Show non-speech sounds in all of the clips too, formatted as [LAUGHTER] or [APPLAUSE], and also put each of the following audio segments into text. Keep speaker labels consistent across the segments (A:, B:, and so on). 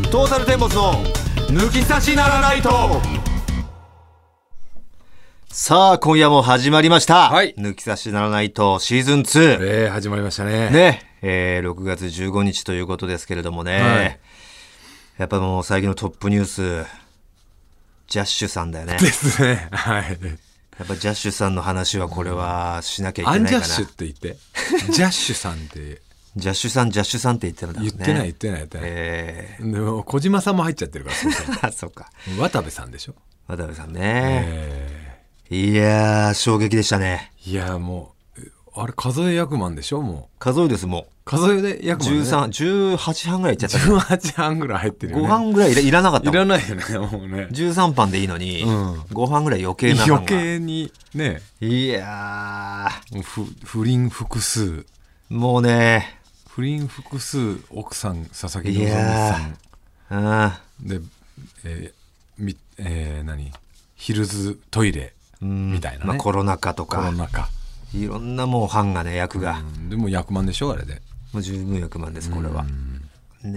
A: 物の抜き差しならないとさあ今夜も始まりました、
B: はい
A: 抜き差しならないとシーズン2、
B: えー、始まりましたね。
A: ねえー6月15日ということですけれどもね、
B: はい
A: やっぱもう最近のトップニュースジャッシュさんだよね
B: ですね。はい。
A: やっぱジャッシュさんの話はこれはしなきゃいけ
B: ア
A: ない
B: ン
A: か
B: ジャ
A: な
B: ッシュって言って。 [LAUGHS] ジャッシュさんって
A: ジャッシュさんジャッシュさんって言ってるんだろ
B: 言
A: う
B: っ
A: ね
B: てない言ってない言ってない。
A: え
B: でも小島さんも入っちゃってるからそこ
A: ー [LAUGHS] あそっか
B: [LAUGHS] 渡部さんでしょ。
A: 渡部さんね、
B: え
A: いやー衝撃でしたね
B: ー、いやもうえあれ数え役満でしょも
A: 数えですも
B: う数えで役
A: う
B: 満、ね。
A: 13、18半ぐらいいっちゃった
B: 十八半ぐらい入ってるよね。
A: 5半ぐらいいらいらなかったも
B: い
A: ん
B: らないよねもうね。
A: 13半でいいのに、
B: うん
A: 5半ぐらい余計な半が
B: 余計にね
A: いや
B: ふ不倫複数
A: ーもうね
B: 不倫複数奥さん佐々木
A: い
B: 希
A: や
B: さ
A: ー
B: ん。
A: うん
B: で、えーみえー何ヒルズトイレ
A: うん
B: みたいな、ね
A: まあ、コロナ禍と
B: コロ
A: か
B: ナ禍、
A: いろんなもう班がね役が、も
B: うんでも役満でしょあれで
A: う十分役満ですこれは、ね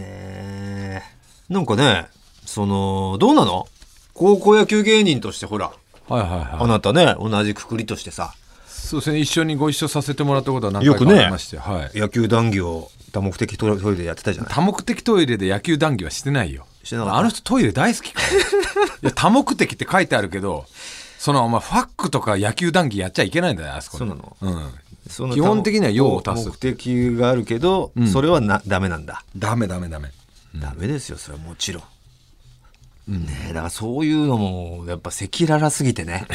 A: えなんかねそのどうなの高校野球芸人としてほら
B: はいはい
A: あ
B: はい
A: なたね同じくくりとしてさ
B: そうですね一緒にご一緒させてもらったことは何回か
A: よくね
B: ありまして、はい、
A: 野球談義を多目的トイレでやってたじゃない
B: 多目的トイレで野球談義はしてないよ
A: してなかった
B: あの人トイレ大
A: [LAUGHS]
B: 好きからいや多目的って書いてあるけどそのお前ファックとか野球談義やっちゃいけないんだよあそこで
A: そうなの
B: うん、
A: その
B: 基本的には用を足す
A: 目的があるけど、それはなダメなんだ、
B: ダメダメダメ
A: ダメですよそれはもちろん、ねえだからそういうのもやっぱ赤裸々すぎてね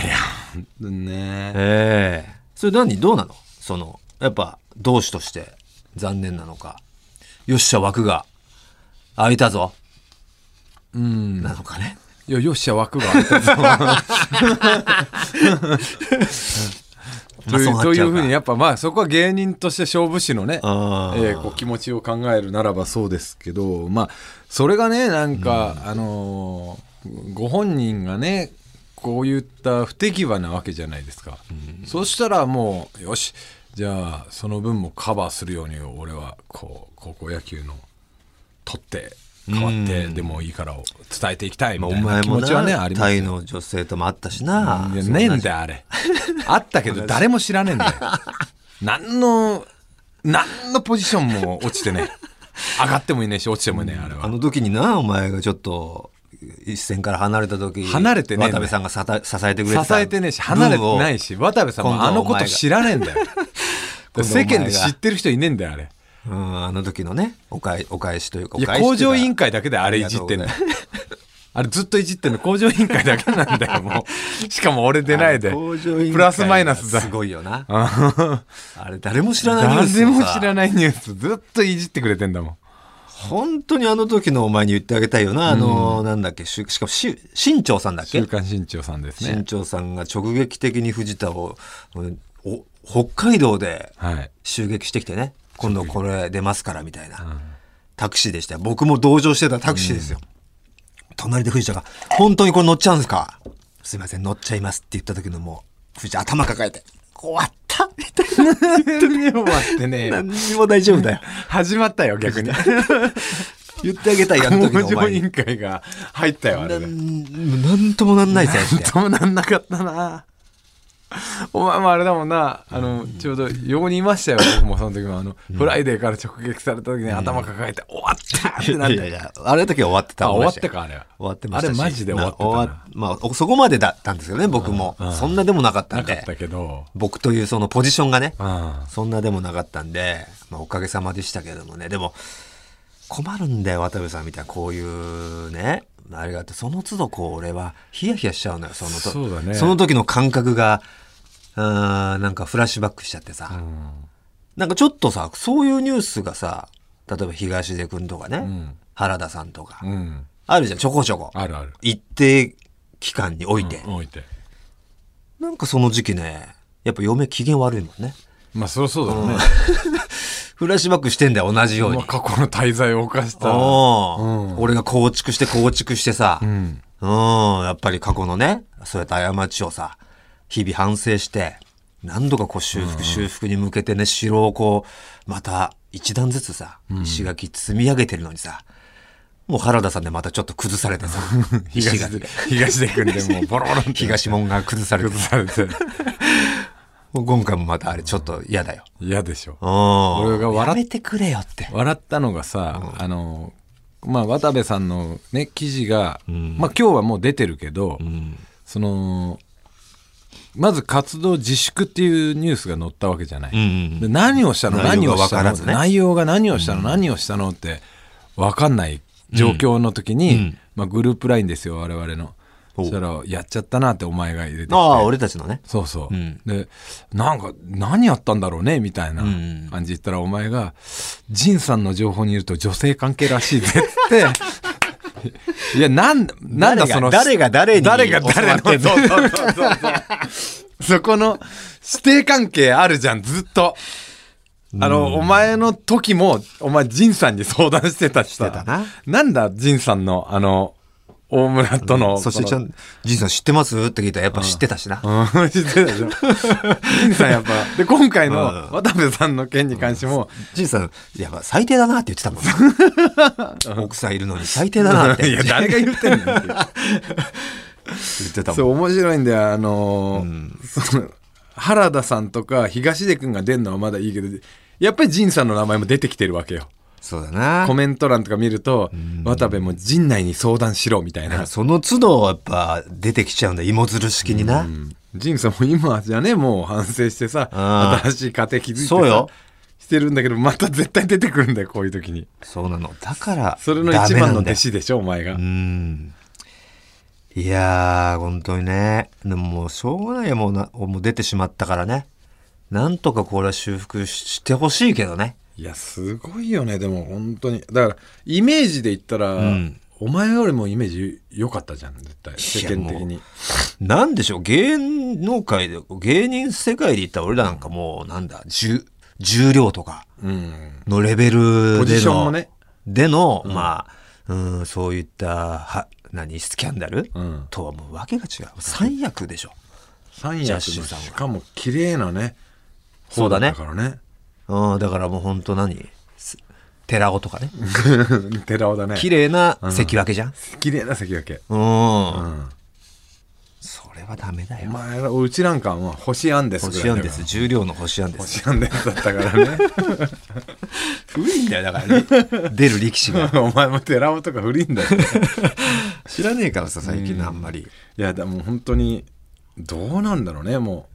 B: ね
A: ええそれ何どうなのそのやっぱ同志として残念なのかよっしゃ枠が空いたぞ
B: うん
A: なのかね
B: いや、よっしゃ、枠が空い
A: [LAUGHS]
B: たぞ
A: まあそ
B: とい
A: うなっ
B: う
A: ちゃうか
B: というふうに、やっぱまあ、そこは芸人として勝負師のね、え
A: あー
B: ーこう気持ちを考えるならばそうですけど、まあ、それがね、なんか、あのーご本人がね、こういった不手際なわけじゃないですか。そしたらもう、よし、じゃあ、その分もカバーするように、俺は、こう、高校野球の、取って、変わってでもいいからを伝えていきたいみ
A: まあ
B: た
A: お
B: いな
A: 前
B: 気
A: も
B: 持ちはね、あ
A: な、
B: ります
A: タ
B: よ
A: イの女性とも会ったしない
B: やねえんだよ
A: [LAUGHS]
B: あれあったけど誰も知らねえんだよ何の何のポジションも落ちてね
A: [LAUGHS]
B: え上がってもいねえし落ちてもいねえあれ
A: あ
B: は
A: の時にな、お前がちょっと、一線から離れた時
B: 離れてねえんだよ
A: 渡部さんがさた支えてくれてた
B: 支えてねえし離れてないし渡部さん
A: 今
B: も
A: 度は
B: あ
A: お前
B: の
A: が
B: こと知らねえ
A: [LAUGHS]
B: んだよ
A: 今度はお前
B: 世
A: が
B: 間で知ってる人いねえんだよあれ
A: 分をうんあの時のねおかえお返しというか
B: い
A: お返
B: や
A: し
B: 工場委員
A: 会
B: 会だけであれいじってんだよあれずっといじってんの工場委員会だけなんだよも
A: [LAUGHS]
B: うしかも俺出ないで
A: 工場委員会
B: プラスマイナスだ
A: すごいよな
B: あ
A: あれ誰も知らないニュース
B: 誰も知
A: い
B: らないニュースずっといじってくれてんだもん
A: 本当にあの時のお前に言ってあげたいよなあの、なんだっけししかもし新潮さんだっ
B: 週
A: け
B: 刊新潮さんですね
A: 新潮さんが直撃的に藤田を、うんお北海道で
B: [LAUGHS] はい。
A: 襲撃してきてね今度これ出ますからみたいな、タクシーでしたよ僕も同乗してたタクシーですよ、隣で藤田が「本当にこれ乗っちゃうんですかすいません乗っちゃいます」って言った時のもう藤田頭抱えて「終わった」みたい
B: 終わってねえ
A: な
B: よ。
A: 何にも大丈夫だよ
B: 始まったよ、逆 [LAUGHS] に。
A: 言ってあげたいあの時
B: 工
A: のお
B: 場
A: 前
B: 委
A: に
B: 員会が入ったよ、あれで。
A: なんなんともなんないぜって
B: ともなんなかったな。お前もあれだもんな、あの、ちょうど横にいましたよ、僕もその時も、あの、フライデーから直撃された時に頭抱えて、終わったってなっ
A: いやい
B: て。
A: やあれの時は終わってた
B: あ、終わったか、あれは。
A: 終わってましたし
B: あれマジで終わってたな
A: まあ終わまあおそこまでだったんですけどね僕もそんなでもなかった
B: なんか
A: で
B: ったけど。
A: 僕というそのポジションがね
B: うん。
A: そんなでもなかったんで、まあ、おかげさまでしたけどもねでも困るんだよ渡部さんみたいなこういうねあれがあってその都度こう俺はヒヤヒヤしちゃうのよそのと
B: そうだね
A: その時の感覚がうーんなんかフラッシュバックしちゃってさ、なんかちょっとさそういうニュースがさ例えば東出君とかね、
B: ん
A: 原田さんとか、
B: うん。
A: あるじゃんちょこちょこ
B: あるある。
A: 一定期間において、
B: 置いて。
A: なんかその時期ねやっぱ嫁機嫌悪いもんね
B: まあ、そりゃそうだろうね。
A: [LAUGHS] フラッシュバックしてんだよ同じように
B: まあ、過去の滞在を犯した。
A: うん俺が構築して構築してさ、う、
B: うんん。
A: やっぱり過去のね、そうやった過ちをさ、日々反省して、何度かこう修復、修復に向けてね、城をこう、また一段ずつさ、石垣積み上げてるのにさ、もう原田さんでまたちょっと崩されてさ石が
B: [LAUGHS] 東で、 [LAUGHS] 東出君でもうボロボロって
A: 東門が崩されて
B: 崩されて。
A: [LAUGHS] もう今回もまたあれちょっと嫌だよ
B: 嫌でしょ。
A: 俺
B: 俺が笑っ
A: やめてくれよって
B: 笑ったのがさ、あの、まあ、渡部さんのね、記事が、
A: ん
B: まあ、今日はもう出てるけど、
A: うん
B: その、まず活動自粛っていうニュースが載ったわけじゃない。
A: うんうん
B: で何をしたの
A: 内
B: 何
A: 容
B: を
A: が
B: した
A: 分から
B: の
A: ずね
B: 内容が何をしたの何をしたのって分かんない状況の時に、
A: うん
B: まあ、グループラインですよ我々の
A: お
B: そしたら「やっちゃったな」ってお前が入れてきて
A: ああ俺たちのね
B: そうそう、
A: うん
B: でなんか何やったんだろうねみたいな
A: うん
B: 感じ言ったらお前が「仁さんの情報によると女性関係らしいぜ」って。 [LAUGHS] いやなんなんだその
A: 誰が誰に
B: 誰が誰の
A: 教わってんの
B: そうそうそうそう [LAUGHS] そこの師弟関係あるじゃんずっとあの、お前の時もお前仁さんに相談してたしさ
A: してたなん
B: だ仁さんのあの大村との、
A: そしてちゃ
B: この
A: んじいさん知ってますって聞いたらやっぱ知ってたしな
B: うん、知ってたでしょ。金さんやっぱ。で、今回
A: う
B: の
A: ん
B: 渡部さんの件に関しても、
A: じいさんやっぱ最低だなって言ってたもん
B: [LAUGHS]
A: な奥さんいるのに最低だなっ
B: い
A: て
B: や、誰が言ってんのっていう
A: 言ってた
B: そ
A: もん
B: う、面白いんだよ。あのーその原田さんとか東出君が出るのはまだいいけど、やっぱり仁さんの名前も出てきてるわけよ。
A: そうだな
B: コメント欄とか見ると、渡部も陣内に相談しろみたいな。
A: その都度やっぱ出てきちゃうんだ芋づる式にな
B: 仁さんも今じゃね、もう反省してさ、
A: うん
B: 新しい家庭築いて
A: そう
B: さ
A: よ、
B: してるんだけど、また絶対出てくるんだよ、こういう時に。
A: そうなのだから
B: それの一番の弟
A: 子
B: 子でしょ、お前が。
A: うんいやー本当にねでももうしょうがないよもうなもう出てしまったからねなんとかこれは修復ししてほしいけどね
B: いや、すごいよね、でも本当に。だから、イメージで言ったら、
A: ん
B: お前よりもイメージ良かったじゃん、絶対。世間的
A: い
B: に
A: や。なんでしょう芸能界で芸人世界で言ったら俺らなんかもうなんだ重重量とか
B: うん。
A: のレベルでの
B: ポジションもね
A: での、まあ、うん、そういったは何スキャンダル、
B: うん
A: とはもう訳が違う三役でしょ
B: 三
A: ジャッ
B: 役
A: シュ
B: の、
A: さんは
B: しかも綺麗なね、
A: そうだね
B: 方からね。 [LAUGHS]
A: うん、だからもう本当何す寺尾とかね
B: 寺尾だね。
A: 綺麗な関脇じゃん
B: 綺麗な関脇。
A: うん、
B: うん。
A: それはダメだ
B: お
A: よ
B: 前ら、うちなんかはもう星アンデスぐ
A: 星
B: ら
A: ア
B: い
A: ン
B: だか
A: デ
B: ら
A: ス重量の星アンデス
B: 星アンデスだったからね。
A: [LAUGHS] 古いんだよだから、 [LAUGHS] ね、出る力士が
B: お前も寺尾とか古いんだよ。
A: 知らねえからさ最近のあんまり、
B: いや、でも本当に、どうなんだろうね、も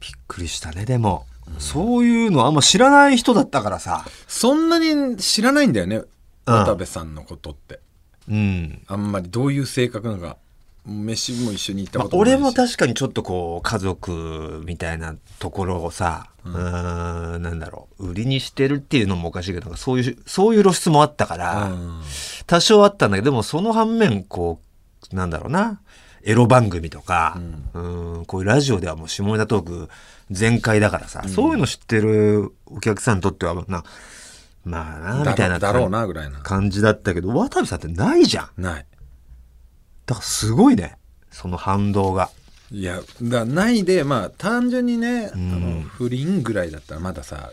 A: びっくりしたねでも、そういうのあんま知らない人だったからさ
B: う。そんなに知らないんだよね、渡部さんのことって。
A: うん、
B: あんまりどういう性格なのか飯も一緒に行った
A: ま
B: こ
A: あ
B: ともない
A: 俺
B: し、
A: も確かにちょっとこう家族みたいなところをさ、うーん、なんだろう売りにしてるっていうのもおかしいけどなんかそういうそういう露出もあったから、
B: うん
A: 多少あったんだけどでもその反面こうなんだろうなエロ番組とか、うん、こういうラジオではもう下ネタトーク全開だからさ、そういうの知ってるお客さんにとってはなまあなみたいな
B: だろうなぐらいな
A: 感じだったけど渡部さんってないじゃん
B: ない
A: だからすごいねその反動が
B: いやだないでまあ単純にね、あの不倫ぐらいだったらまださ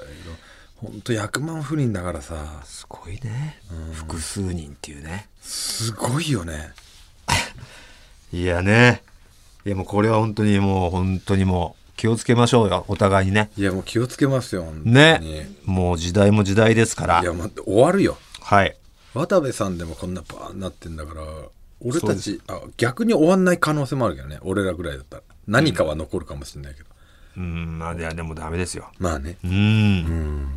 B: 本当役満不倫だからさ
A: すごいね、複数人っていうね
B: すごいよね
A: いやねいやもうこれは本当にもう本当にもう気をつけましょうよお互いにね
B: いやもう気をつけますよ本当に
A: ねもう時代も時代ですから
B: いやもう終わるよ
A: はい
B: 渡部さんでもこんなバーンなってんだから俺たちあ逆に終わんない可能性もあるけどね俺らぐらいだったら何かは残るかもしれないけど、
A: うんまあいやでもダメですよ
B: まあね
A: うん行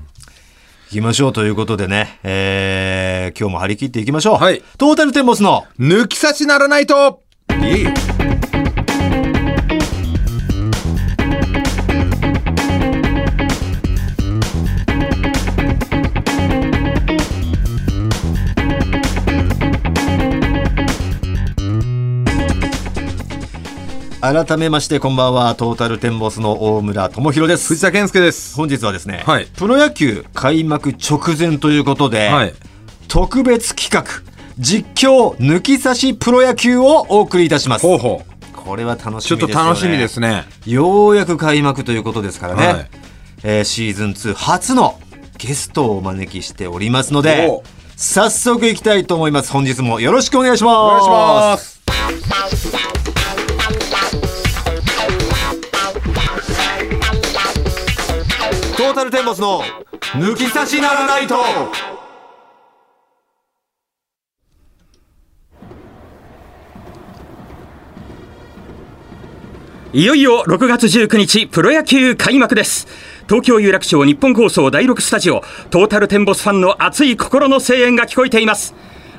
A: きましょうということでね、えー、今日も張り切っていきましょう。
B: はい
A: トータルテンボスの
B: 抜き差しならないと
A: 改めましてこんばんは、トータルテンボスの大村智弘です。
B: 藤田健介です
A: 本日はですね、
B: はい
A: プロ野球開幕直前ということで、
B: はい
A: 特別企画実況抜き差しプロ野球をお送りいたします
B: ほうほう
A: これは楽し
B: ちょ
A: み
B: っ
A: ですよ、
B: と
A: ね、
B: 楽しみですね
A: ようやく開幕ということですからね、
B: はい
A: えーシーズン2初のゲストをお招きしておりますので
B: おう
A: 早速いきたいと思います本日もよろしくお願いします
B: お願いします
A: トータルテンボスの抜き差しならないと
C: いよいよ6月19日、プロ野球開幕です。東京有楽町日本放送第6スタジオ、トータルテンボスファンの熱い心の声援が聞こえています。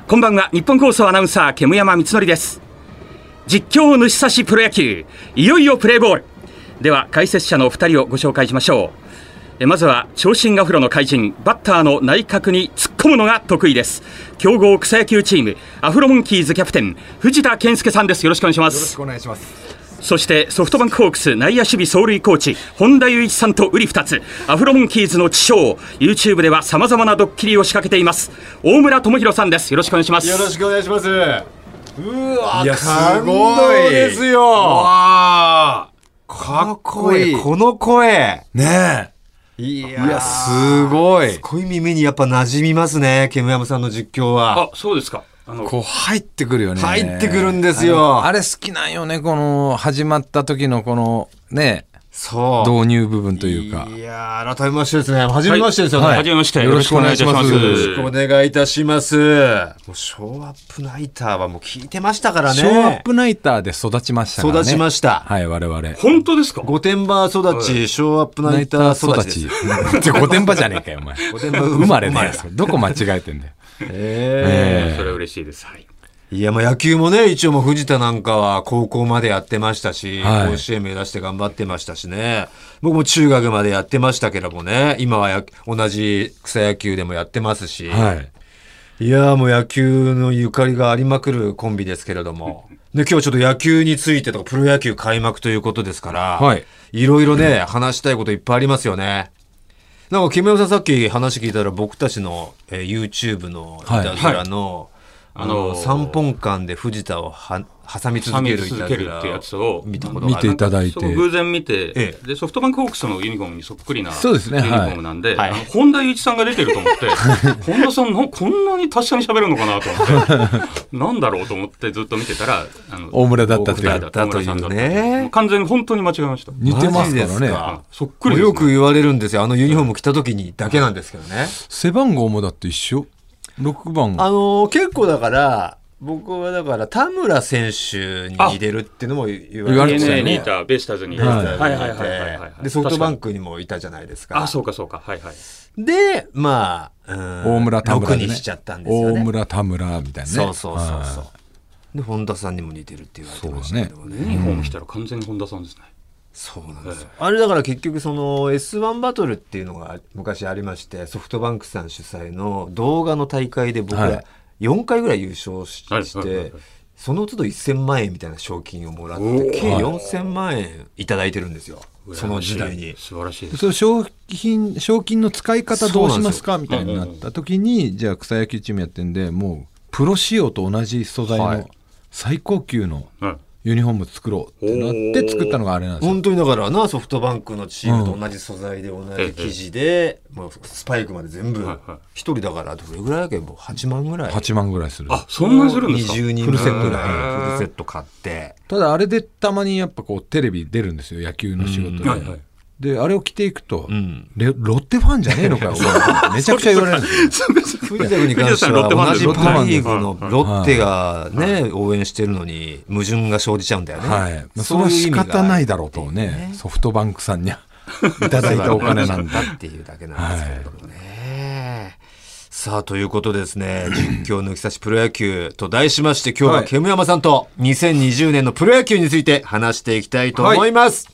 C: こんばんは、日本放送アナウンサー、煙山光則です。実況主差しプロ野球、いよいよプレーボール。では、解説者のお二人をご紹介しましょう。えまずは長身アフロの怪人バッターの内角に突っ込むのが得意です強豪草野球チームアフロモンキーズキャプテン藤田健介さんですよろしくお願いします
B: お願いします
C: そしてソフトバンクホークス内野守備走塁コーチ本田祐一さんと瓜二つアフロモンキーズの知将 YouTube ではさまざまなドッキリを仕掛けています大村智弘さんですよろしくお願いします
A: しくお願いしますうわ
B: いやす
A: 感
B: ごい
A: 動ですよ
B: わかっこいい
A: この声
B: ね
A: いや
B: えいやすごい
A: 恋耳にやっぱ馴染みますね煙山さんの実況は
C: あそうですかあの
B: こう入ってくるよね
A: 入ってくるんですよ
B: あのあれ好きなんよねこの始まった時のこのね
A: そう
B: 導入部分というか
A: いやー改めましてですね初めましてですよね、
C: はじめまして
B: よろしくお願いします
C: よろ
A: よろ
C: し
A: し
C: くお願いいたし
A: く
C: ま
A: お願いいたします。もうショーアップナイターはもう聞いてましたからね。
B: ショーアップナイターで育ちましたからね
A: 育ちました
B: はい我々
C: す本当ですか
A: 御殿場育ち、ショーアップナイター育ちです。
B: [LAUGHS] ち。御殿場じゃねえかよ、お前。
A: 御殿場
B: 生まれ
A: 生ま
B: ね
A: れだ
B: え。どこ間違えてんだよ。
A: え
C: それは嬉しいですはい
A: えいや、まあ野球もね、一応もう藤田なんかは高校までやってましたし、
B: はい
A: 甲子園目指して頑張ってましたしね。僕も中学までやってましたけどもね、今はや同じ草野球でもやってますし。
B: はい。
A: いやーもう野球のゆかりがありまくるコンビですけれども。で、今日はちょっと野球についてとか、プロ野球開幕ということですから、
B: はい。
A: ろいろね、話したいこといっぱいありますよね。なんか、キムヨさんさっき話聞いたら、僕たちの、えー YouTube のい
B: はい
A: たずらの、
C: はい
A: あの、
C: あのー
A: 3本間で藤田をは挟み続けるいた
C: 続
A: ず
C: ける
A: ら
C: ってやつを
A: 見たこと
B: 見
A: があ
B: て
A: る。
B: いただいて
C: そう。偶然見て、
A: ええ
C: でソフトバンクホークスのユニフォームにそっくりなユニフ
B: そうですね
C: ォ
B: はい
C: ームなんで、
A: はい
C: あの本田祐一さんが出てると思って本田さんのこんなに達者に喋るのかなと思って [LAUGHS] なんだろうと思ってずっと見てたらあの
B: 大村だったっていう
C: 大村
A: だというね
C: 大村さんだったもう完全に本当に間違えました
B: 似てますか
A: マジ
B: ら
A: です
B: ね。
A: か
C: あそっくりです、ね、
A: よく言われるんですよ。あのユニフォーム着た時にだけなんですけどね。
B: 背番号もだって一緒。6番。
A: あのー結構だから、僕はだから田村選手に似てるっていうのも言わ
B: 言わ
A: れ
B: れ
A: て
B: てた
C: DNA
B: よ
C: にい
B: ね
C: たベイスターズにいた、
B: はい
C: はいはいはいはいはい
A: で、ソフトバン
C: ク
A: クにもいたじゃないですか。
C: あそうかそうかはいはい
A: で、まあ、うん
B: 大村田村
A: 6
B: でね。
A: にしちゃったんですよね。
B: 大村田村みたいなね。
A: そうそうそうそう
B: は。
A: で、本田さんにも似てるって言われてましたけどもね。
C: ユニフォーム着たら完全に本田さんですね
A: そうなんですよ。あれだから結局その S1 バトルっていうのが昔ありまして、ソフトバンクさん主催の動画の大会で僕
B: は
A: ら
B: い
A: 4回ぐらい優勝し
C: はい
A: し
C: はいはいはい
A: て、その都度1000万円みたいな賞金をもらって、計4000万円いただいてるんですよ。その時代に。
C: 素晴らしいです
B: その賞金、賞金の使い方どうしますかみたいにな
C: う
B: っ
C: ん
B: た時に、じゃあ草野球チームやってんで、もうプロ仕様と同じ素材
A: は
B: の
A: い
B: 最高級の
C: はい
B: ユニフォーム作ろうってなって作ったのがあれなんですよ。
A: 本当にだからな、ソフトバンクのチームと同じ素材で同じ生地で、もうスパイクまで全部
C: はいはい、
A: 一人だからどれぐらいだっけもう8万ぐらい。
B: 8万ぐらいする。
C: あそんなにするんですか
A: 20人
B: フルセット
A: 分ぐ
B: で
A: らいフルセット買って。
B: ただあれでたまにやっぱこうテレビ出るんですよ野球の仕事で、
C: はいはい
B: であれを着ていくと、
A: ん
B: レロッテファンじゃねえの
C: [LAUGHS]
B: かよお前めちゃくちゃ言われるんですよ
A: 藤田君に関しては
C: 藤田さんロッテファン
A: 同
C: です
A: じ
C: よ
A: パ・リーグのロッテがね、応援してるのに矛盾が生じちゃうんだよね。
B: はい、まあ、それは仕方ないだろうとねソフトバンクさんに
C: [LAUGHS]
B: いただいたお金なんだ
A: だっていうだけなんですけれどもね。さあ、ということでですね、実況抜き差しプロ野球と題しまして、今日は
B: はい
A: 煙山さんと2020年のプロ野球について話していきたいと思います。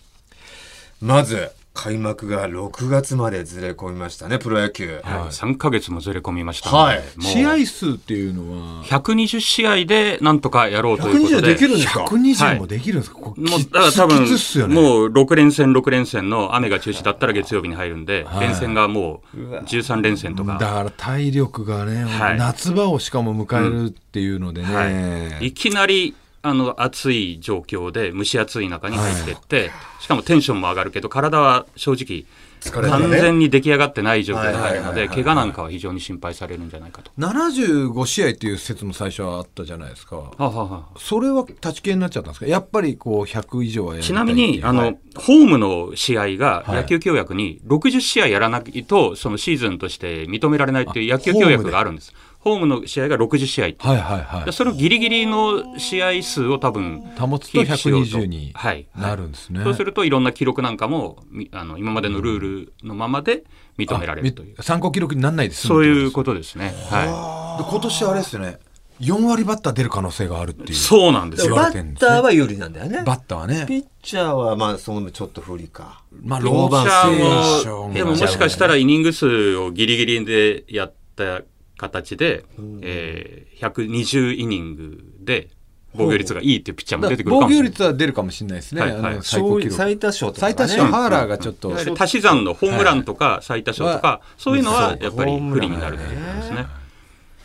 A: まず、開幕が6月までずれ込みましたね、プロ野球。
C: はい、3ヶ月もずれ込みました、
A: はい
C: 試
B: [LAUGHS] 試
C: 合
B: 合数っていうのは
C: 120試合でなんとかやろうということ
A: 120
C: で。
A: できるんですか
B: 120もできるんですか、これ
C: もう
B: きつ
C: だから多分、
B: きつっすよね
C: もう6連戦、6連戦の雨が中止だったら月曜日に入るんで、連戦がもう13連戦と
B: だ
C: か、
B: から体力がね、
C: はい
B: 夏場をしかも迎えるっていうのでね、
C: はい、いきなりあの暑い状況で蒸し暑い中に入ってって、しかもテンションも上がるけど体は正直
B: れてね
C: 完全に出来上がってない状況で入るの
B: はいはいはい
C: で
B: はい
C: 怪我なんかは非常に心配されるんじゃないかと。
B: 75試合っていう説も最初はあったじゃないですか
C: はあはあはあ
B: それは立ち消えになっちゃったんですかやっぱりこう100以上はやりたい
C: ちなみに、あの、
B: はい
C: ホームの試合が
B: い
C: 野球協約に60試合やらないと、そのシーズンとして認められないっていう野球協約があるんです。ホームの試合が60試合。
B: はいはいは
C: で
B: い
C: それをギリギリの試合数を多分
B: 保つ
C: キ
B: と
C: ープしようと
B: 120に
C: はい、
B: なるんですね、
C: そうするといろんな記録なんかもみあの今までのルールのままで認められるという
B: あ参考記録にならないです
C: そういうことですね、は
B: で今年あれですね4割バッター出る可能性があるってい
C: い、
B: う
C: そうなんです
B: 言
C: よ
B: わ
A: バ
B: れてん
A: ッ
B: です
A: タ
B: ね
A: ーは有利なんだよね。
B: バッターはね
A: [LAUGHS] ピッチャーは、まあ、そのちょっと不利か。
B: まあ
A: ローバン
C: ピッチ
A: ス
B: ローバンス
C: ャーもでももしかしたらイニング数をギリギリでやった形で、えー120イニングで防御率がいいっていうピッチャーも出てくる
B: 防
C: かもし
B: 御
C: れない。
B: 率は出るかもしれないですね、
C: はいはい
B: あの最高記録
A: 最多勝とか、ね。
B: 最多勝ハーラーがちょっと、
C: いわゆる足し算のホームランとか最多勝と
B: は
C: か、そういうのは
A: そう
C: やっぱり不利になるということですね。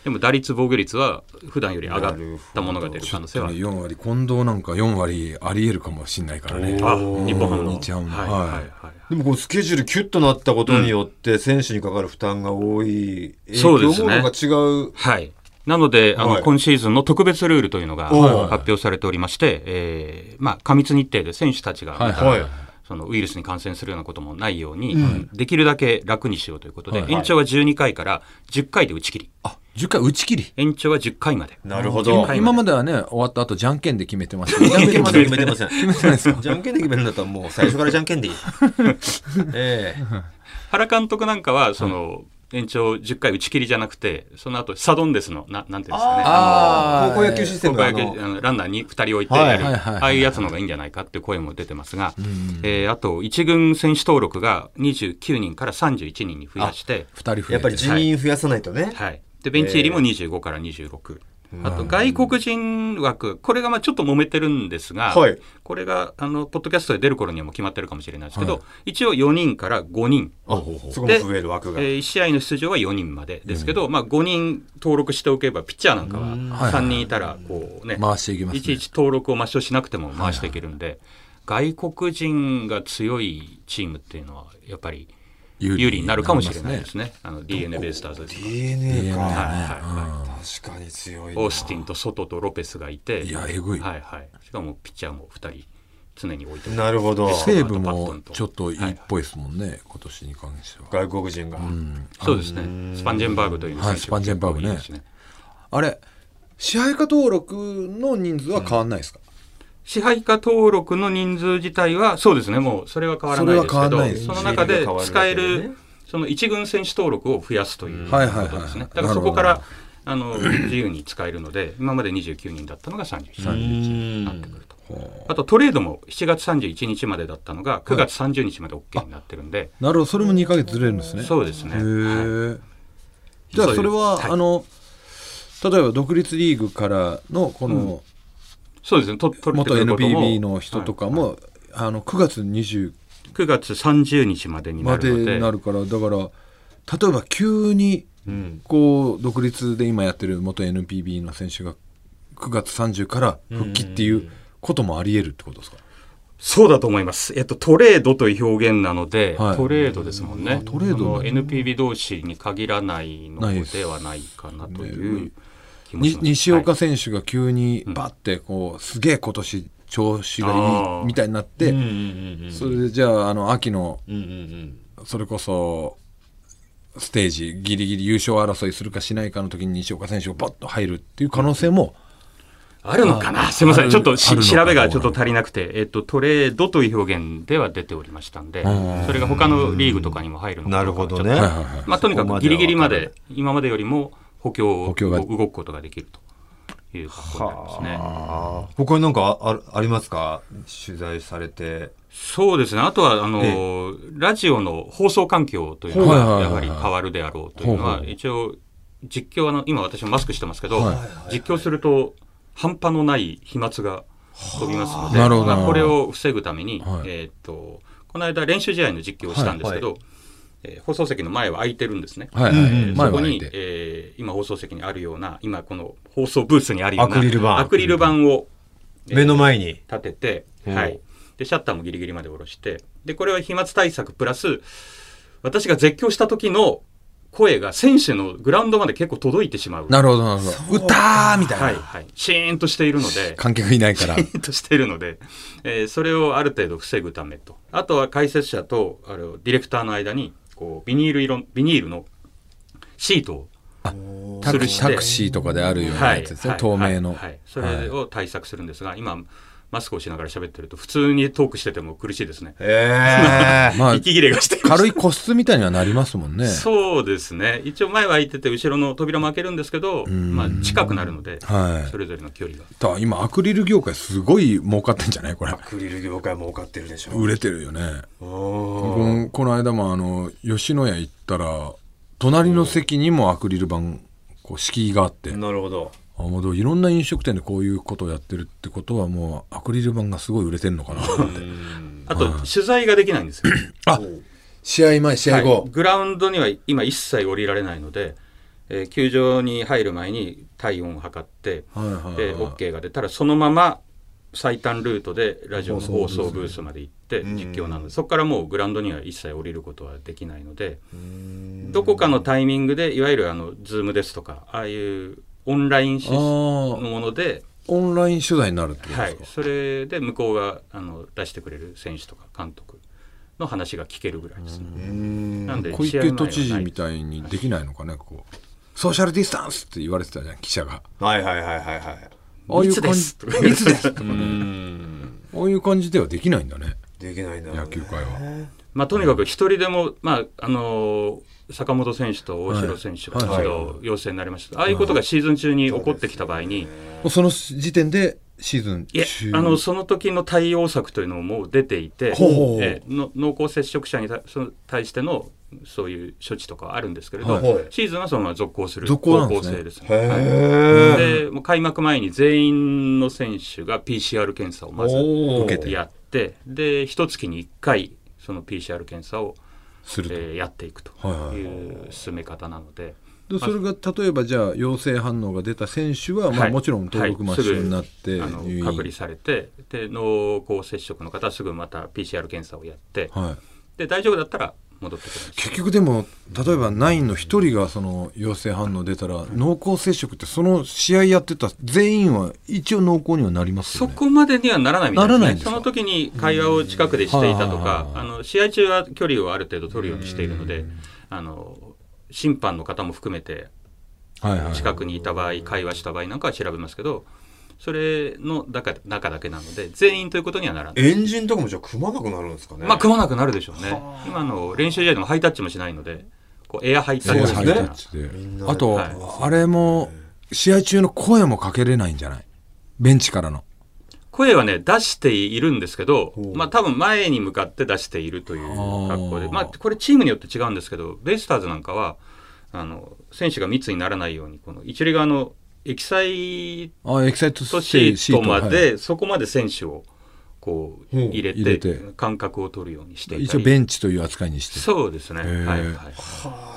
C: でも打率、防御率は普段より上がったものが出る可能性は。
B: 4割近藤なんか4割ありえるかもしれないからね
C: あ、日本ハムの。
B: 日ハムの
C: はい
B: は
C: はいいはいはい。
A: でもこのスケジュールキュッとなったことによって、選手にかかる負担が多い、影
C: そうで
A: 響
C: すね
A: ものが違う。
C: はい。なので、あの、
A: はい
C: 今シーズンの特別ルールというのが
A: おう
C: 発表されておりまして、えーまあ、過密日程で選手たちが、
B: はい
A: はい [LAUGHS]
C: そのウイルスに感染するようなこともないように、できるだけ楽にしようということで、
B: はい
C: 延長は12回から10回で打ち切り。
B: あ10回打ち切り
C: 延長は10回まで。
A: なるほ
C: ど
B: 今まではね終わった後じゃんけんで決めてました
C: [LAUGHS]
B: け
A: じ
B: ど
A: ゃんけんまで決めてません。
B: 決めてないですか
A: じゃんけんで決めるんだったらもう最初からじゃんけん [LAUGHS] でいい。ええ
C: 原監督なんかは、その、延長10回打ち切りじゃなくて、その後、サドンデスの、ななんていうんですかね。
B: あー
A: 高校野球システ
C: 高
A: ム
C: 校
A: があ
C: 野球
A: の
C: あのランナーに2人置いてやる、
B: はいはいはいはい
C: ああいうやつの方がいいんじゃないかっていう声も出てますが、えーあと1軍選手登録が29人から31人に増やして、
B: 2人増えて
A: やっぱり人員増やさないとね。
C: はい、でベンチ入りも25から26。あと外国人枠、これがまあちょっと揉めてるんですが、
A: はい
C: これがあのポッドキャストで出る頃にはもう決まってるかもしれないですけど、一応4人から5人、
A: あ、そこも増える枠が。
C: え1試合の出場は4人までですけど、まあ、5人登録しておけば、ピッチャーなんかは3人いたらこう、ね
B: 回していきますね
C: いちいち登録を抹消しなくても回していけるんで、外国人が強いチームっていうのは、やっぱり有利になるかもしれないですね、あの d n a ベイスターズですとか。
A: DNA か。
C: はいはいは
A: 確かに強い
C: い
A: な。
C: オースティンとソトとロペスがいて、
B: いやえぐい
C: はいはい、しかもピッチャーも2人、常に置いて
A: なるほど。
B: 西武もちょっといいっぽいですもんね、今年に関しては
A: 外国人が。
C: そうですね、スパンジェンバーグという選手
B: はいスパンジェンバーグね
C: 多いです
B: あれ支配下登録の人数は変わんないですか、
C: 支配下登録の人数自体は、そうですね、もうそれは変わらないです
B: それは変わ
C: けど、
B: ら
C: そ
B: ないです
C: の中で使え
A: 順位が変わるだけでね
C: る、その一軍選手登録を増やすというこ
B: はいはいはい
C: とですね。だからそこからあの [CLEARS THROAT] 自由に使えるので、今まで29人だったのが31人になってくると。あとトレードも7月31日までだったのが、9月30日まで OK になってるんで、
B: なるほどそれも2ヶ月ずれるんですね
C: そうですね。
B: へ
C: はい
B: え、じゃあそれは、
C: はい
B: あの例えば独立リーグからのこの
C: そうですね、と取って
B: 元
C: くることも
B: NPB の人とかも、あの9月20
C: 9月30日までにな
B: まで
C: るので、
B: なるからだから例えば急にこう独立で今やってる元 NPB の選手が9月30から復帰っていうこともあり得るってことですか、
C: そうだと思います。えっと、トレードという表現なので、
B: はい
C: トレードですもんね。
B: トレード
C: あの NPB 同士に限らないの
B: ないです
C: ではないかなとい
B: ね
C: う気もし
B: に
C: ます。
B: 西
C: は
B: 岡
C: い
B: 選手が急にバッてこう、すげえ今年調子が
C: あ
B: いい
C: ー
B: みたいになって、
A: うんうん
B: それでじゃああの秋の
A: うん。うんうん
B: それこそステージギリギリ優勝争いするかしないかの時に西岡選手がバッと入るっていう可能性も、
C: あるのかなすいませ
B: あ
C: ん。
B: る
C: ちょっと
B: あ
C: し
B: るのか
C: 調べがちょっと足りなくて、えっと、トレードという表現では出ておりましたんで、それが他のリーグとかにも入るの
A: うん。
C: か
A: な
C: ど
A: る
C: うか
A: ほど
C: はちょっと
A: ね。
B: はいはい
C: まあ、とにか
A: そこ
C: く
A: ま
C: ギリギリま
A: はわ
C: で、今までよりも補強、
B: 補
C: 補
B: 強が
C: 動くことができるという格好になりま
A: か
C: すね。
A: らない。他になんかああるありますか取材されて。
C: そうですね、あとはあの、
A: え
C: ラジオの放送環境というの
B: はいはいはいはい
C: がやはり変わるであろうというの
B: ほう
C: は、
B: ほう
C: 一応、実況はあの、今、私もマスクしてますけど、
B: はい
C: 実況すると、半端のない飛沫が飛びますので、
B: なるほど
C: まあこれを防ぐために、
B: はい
C: えーっとこの間、練習試合の実況をしたんですけど、
A: はい
C: えー放送席の前は空いてるんですね。
B: はいはい
A: うんうん
B: 前
C: そこ
B: は
C: に
B: 相、手
C: えー今放送席にあるような今この放送ブースにあるような
A: アクリル板
C: アクリル板を
A: 目の前に。
C: 立てて、
A: うん
C: はい、でシャッターもギリギリまで下ろしてでこれは飛沫対策プラス私が絶叫した時の声が選手のグラウンドまで結構届いてしまう
B: なるほど、なるほど。歌ーみたいな。
C: はいはい、シーンとしているので
B: 観客いない
C: [LAUGHS]
B: から。
C: シーンとしているので、えーそれをある程度防ぐためとあとは解説者とあのディレクターの間にこうビニール色ビニールのシートを
B: タ
C: 吊
B: ク
C: る
B: シ
C: し
B: ー
C: て
B: タクシーとかであるようなやつですね、透明の。
C: はいはいそれを対策するんですが、今マスクをしながら喋ってると普通にトークしてても苦しいですね、
A: え [LAUGHS] え。
B: ま
C: [LAUGHS]
B: あ、
C: 息切れがして
B: 軽い個室みたいにはなりますもんね。
C: そうですね一応前は開いてて後ろの扉も開けるんですけど、まあ、近くなるので、
B: はい
C: それぞれの距離が
B: だから今、アクリル業界すごい儲かってんじゃないこれ
A: ア。クリル業界儲かってるで [LAUGHS] しょ。
B: 売れてるよね。
A: お
B: このこの間も、あの、吉野家行ったら、隣の席にもアクリル板、こう、敷居があって。
A: ーなるほど。
B: あもうでもいろんな飲食店でこういうことをやってるってことはもうアクリル板がすごい売れてるのかなって
C: あと取材ができない
B: [CLEARS THROAT]
C: んですよ、
B: あ [LAUGHS] 試合前試
C: はいグラウンドには今一切降りられないので、えー球場に入る前に体温を測って、
B: はいはいはい
C: で OK が出たらそのまま最短ルートでラジオの放送ブースまで行って実況なので、そこからもうグラウンドには一切降りることはできないのでどこかのタイミングでいわゆるあの Zoom ですとかああいうオンラインシス
B: あ
C: の
B: ー
C: もので、
B: オンライン取材になるってこと
C: は
B: です
C: い
B: か、、
C: それで向こうがあの出してくれる選手とか監督の話が聞けるぐらいですね。なんで
B: 小
C: 試合前
B: 池都
C: は
B: 知事
C: ない
B: みたいにできないのかねこうソーシャルディスタンスって言われてたじゃん記者が
A: はいはいはいはいはい。
B: ああいう感
C: い
B: じ
C: つで
B: [LAUGHS]
C: す
B: いつです
A: うーん。
B: ああいう感じではできないんだね
A: できないんだろうね
B: 野球界は
C: まあ、とにかく一人でも、まああのー坂本選手と大城選手が
B: はい
C: 一度陽性になりました、ああいうことがシーズン中に起こってきた場合に、
B: もうその時点でシーズン
C: いえ
B: 中
C: あのその時の対応策というのももう出ていて、
B: ほうほうほう
C: ええの濃厚接触者にたその対してのそういう処置とかはあるんですけれど、
B: はい
C: シーズンはそのまま続行する
B: 続行なんですね
C: 方向性ですね。
A: へえ。
C: でもう開幕前に全員の選手が PCR 検査をまず
A: おー
B: 受けて
C: やってで一月に1回その PCR 検査を、
B: すると、
C: えーやっていくと
B: はいはい
C: いう進め方なので、
B: でそれが例えばじゃあ陽性反応が出た選手は、まあ、
C: はい
B: もちろん登録抹消になって
C: はいすぐあの
B: 入院、
C: 隔離されてで濃厚接触の方はすぐまた PCR 検査をやって、
B: はい、
C: で大丈夫だったら戻ってくるんです
B: 結局でも例えばナインの一人がその陽性反応出たら濃厚接触ってその試合やってた全員は一応濃厚にはなりますよ
C: そ
B: ね。
C: こまでにはならないみたい
B: なら
C: です
B: な
C: ね
B: いんですか
C: その時に会話を近くでしていたとか
B: う、ん
C: あの試合中は距離をある程度取るようにしているので、あの審判の方も含めて
B: はいはい
C: 近くにいた場合、会話した場合なんかは調べますけど、それの中中だけなので、全員ということにはならない。
A: エンジンとかもじゃあ組まなくなるんですかね。
C: まあ、組まなくなるでしょうね。今の練習試合でもハイタッチもしないので、こうエアハイタ
B: そう
C: ッ
B: で
C: チ
B: す
C: みたい
B: ね
C: な。
A: みんな
B: あと、
C: はい
B: あれも試合中の声もかけれないんじゃないベンチからの
C: 声はね、出しているんですけど
A: ほ、う
C: まあ多分前に向かって出しているという格好で、
B: あー
C: まあこれチームによって違うんですけど、ベイスターズなんかは、あの、選手が密にならないように、この一塁側のエキサイ
B: あエキサイト
C: トシートま
B: はい
C: で、そこまで選手をこう
A: ほう
C: 入れて、
B: 入れて
C: 感覚を取るようにしてい
B: 一
C: た
B: 応
C: り
B: ベンチという扱いにして
C: そうですね。
B: ー
C: はいはい。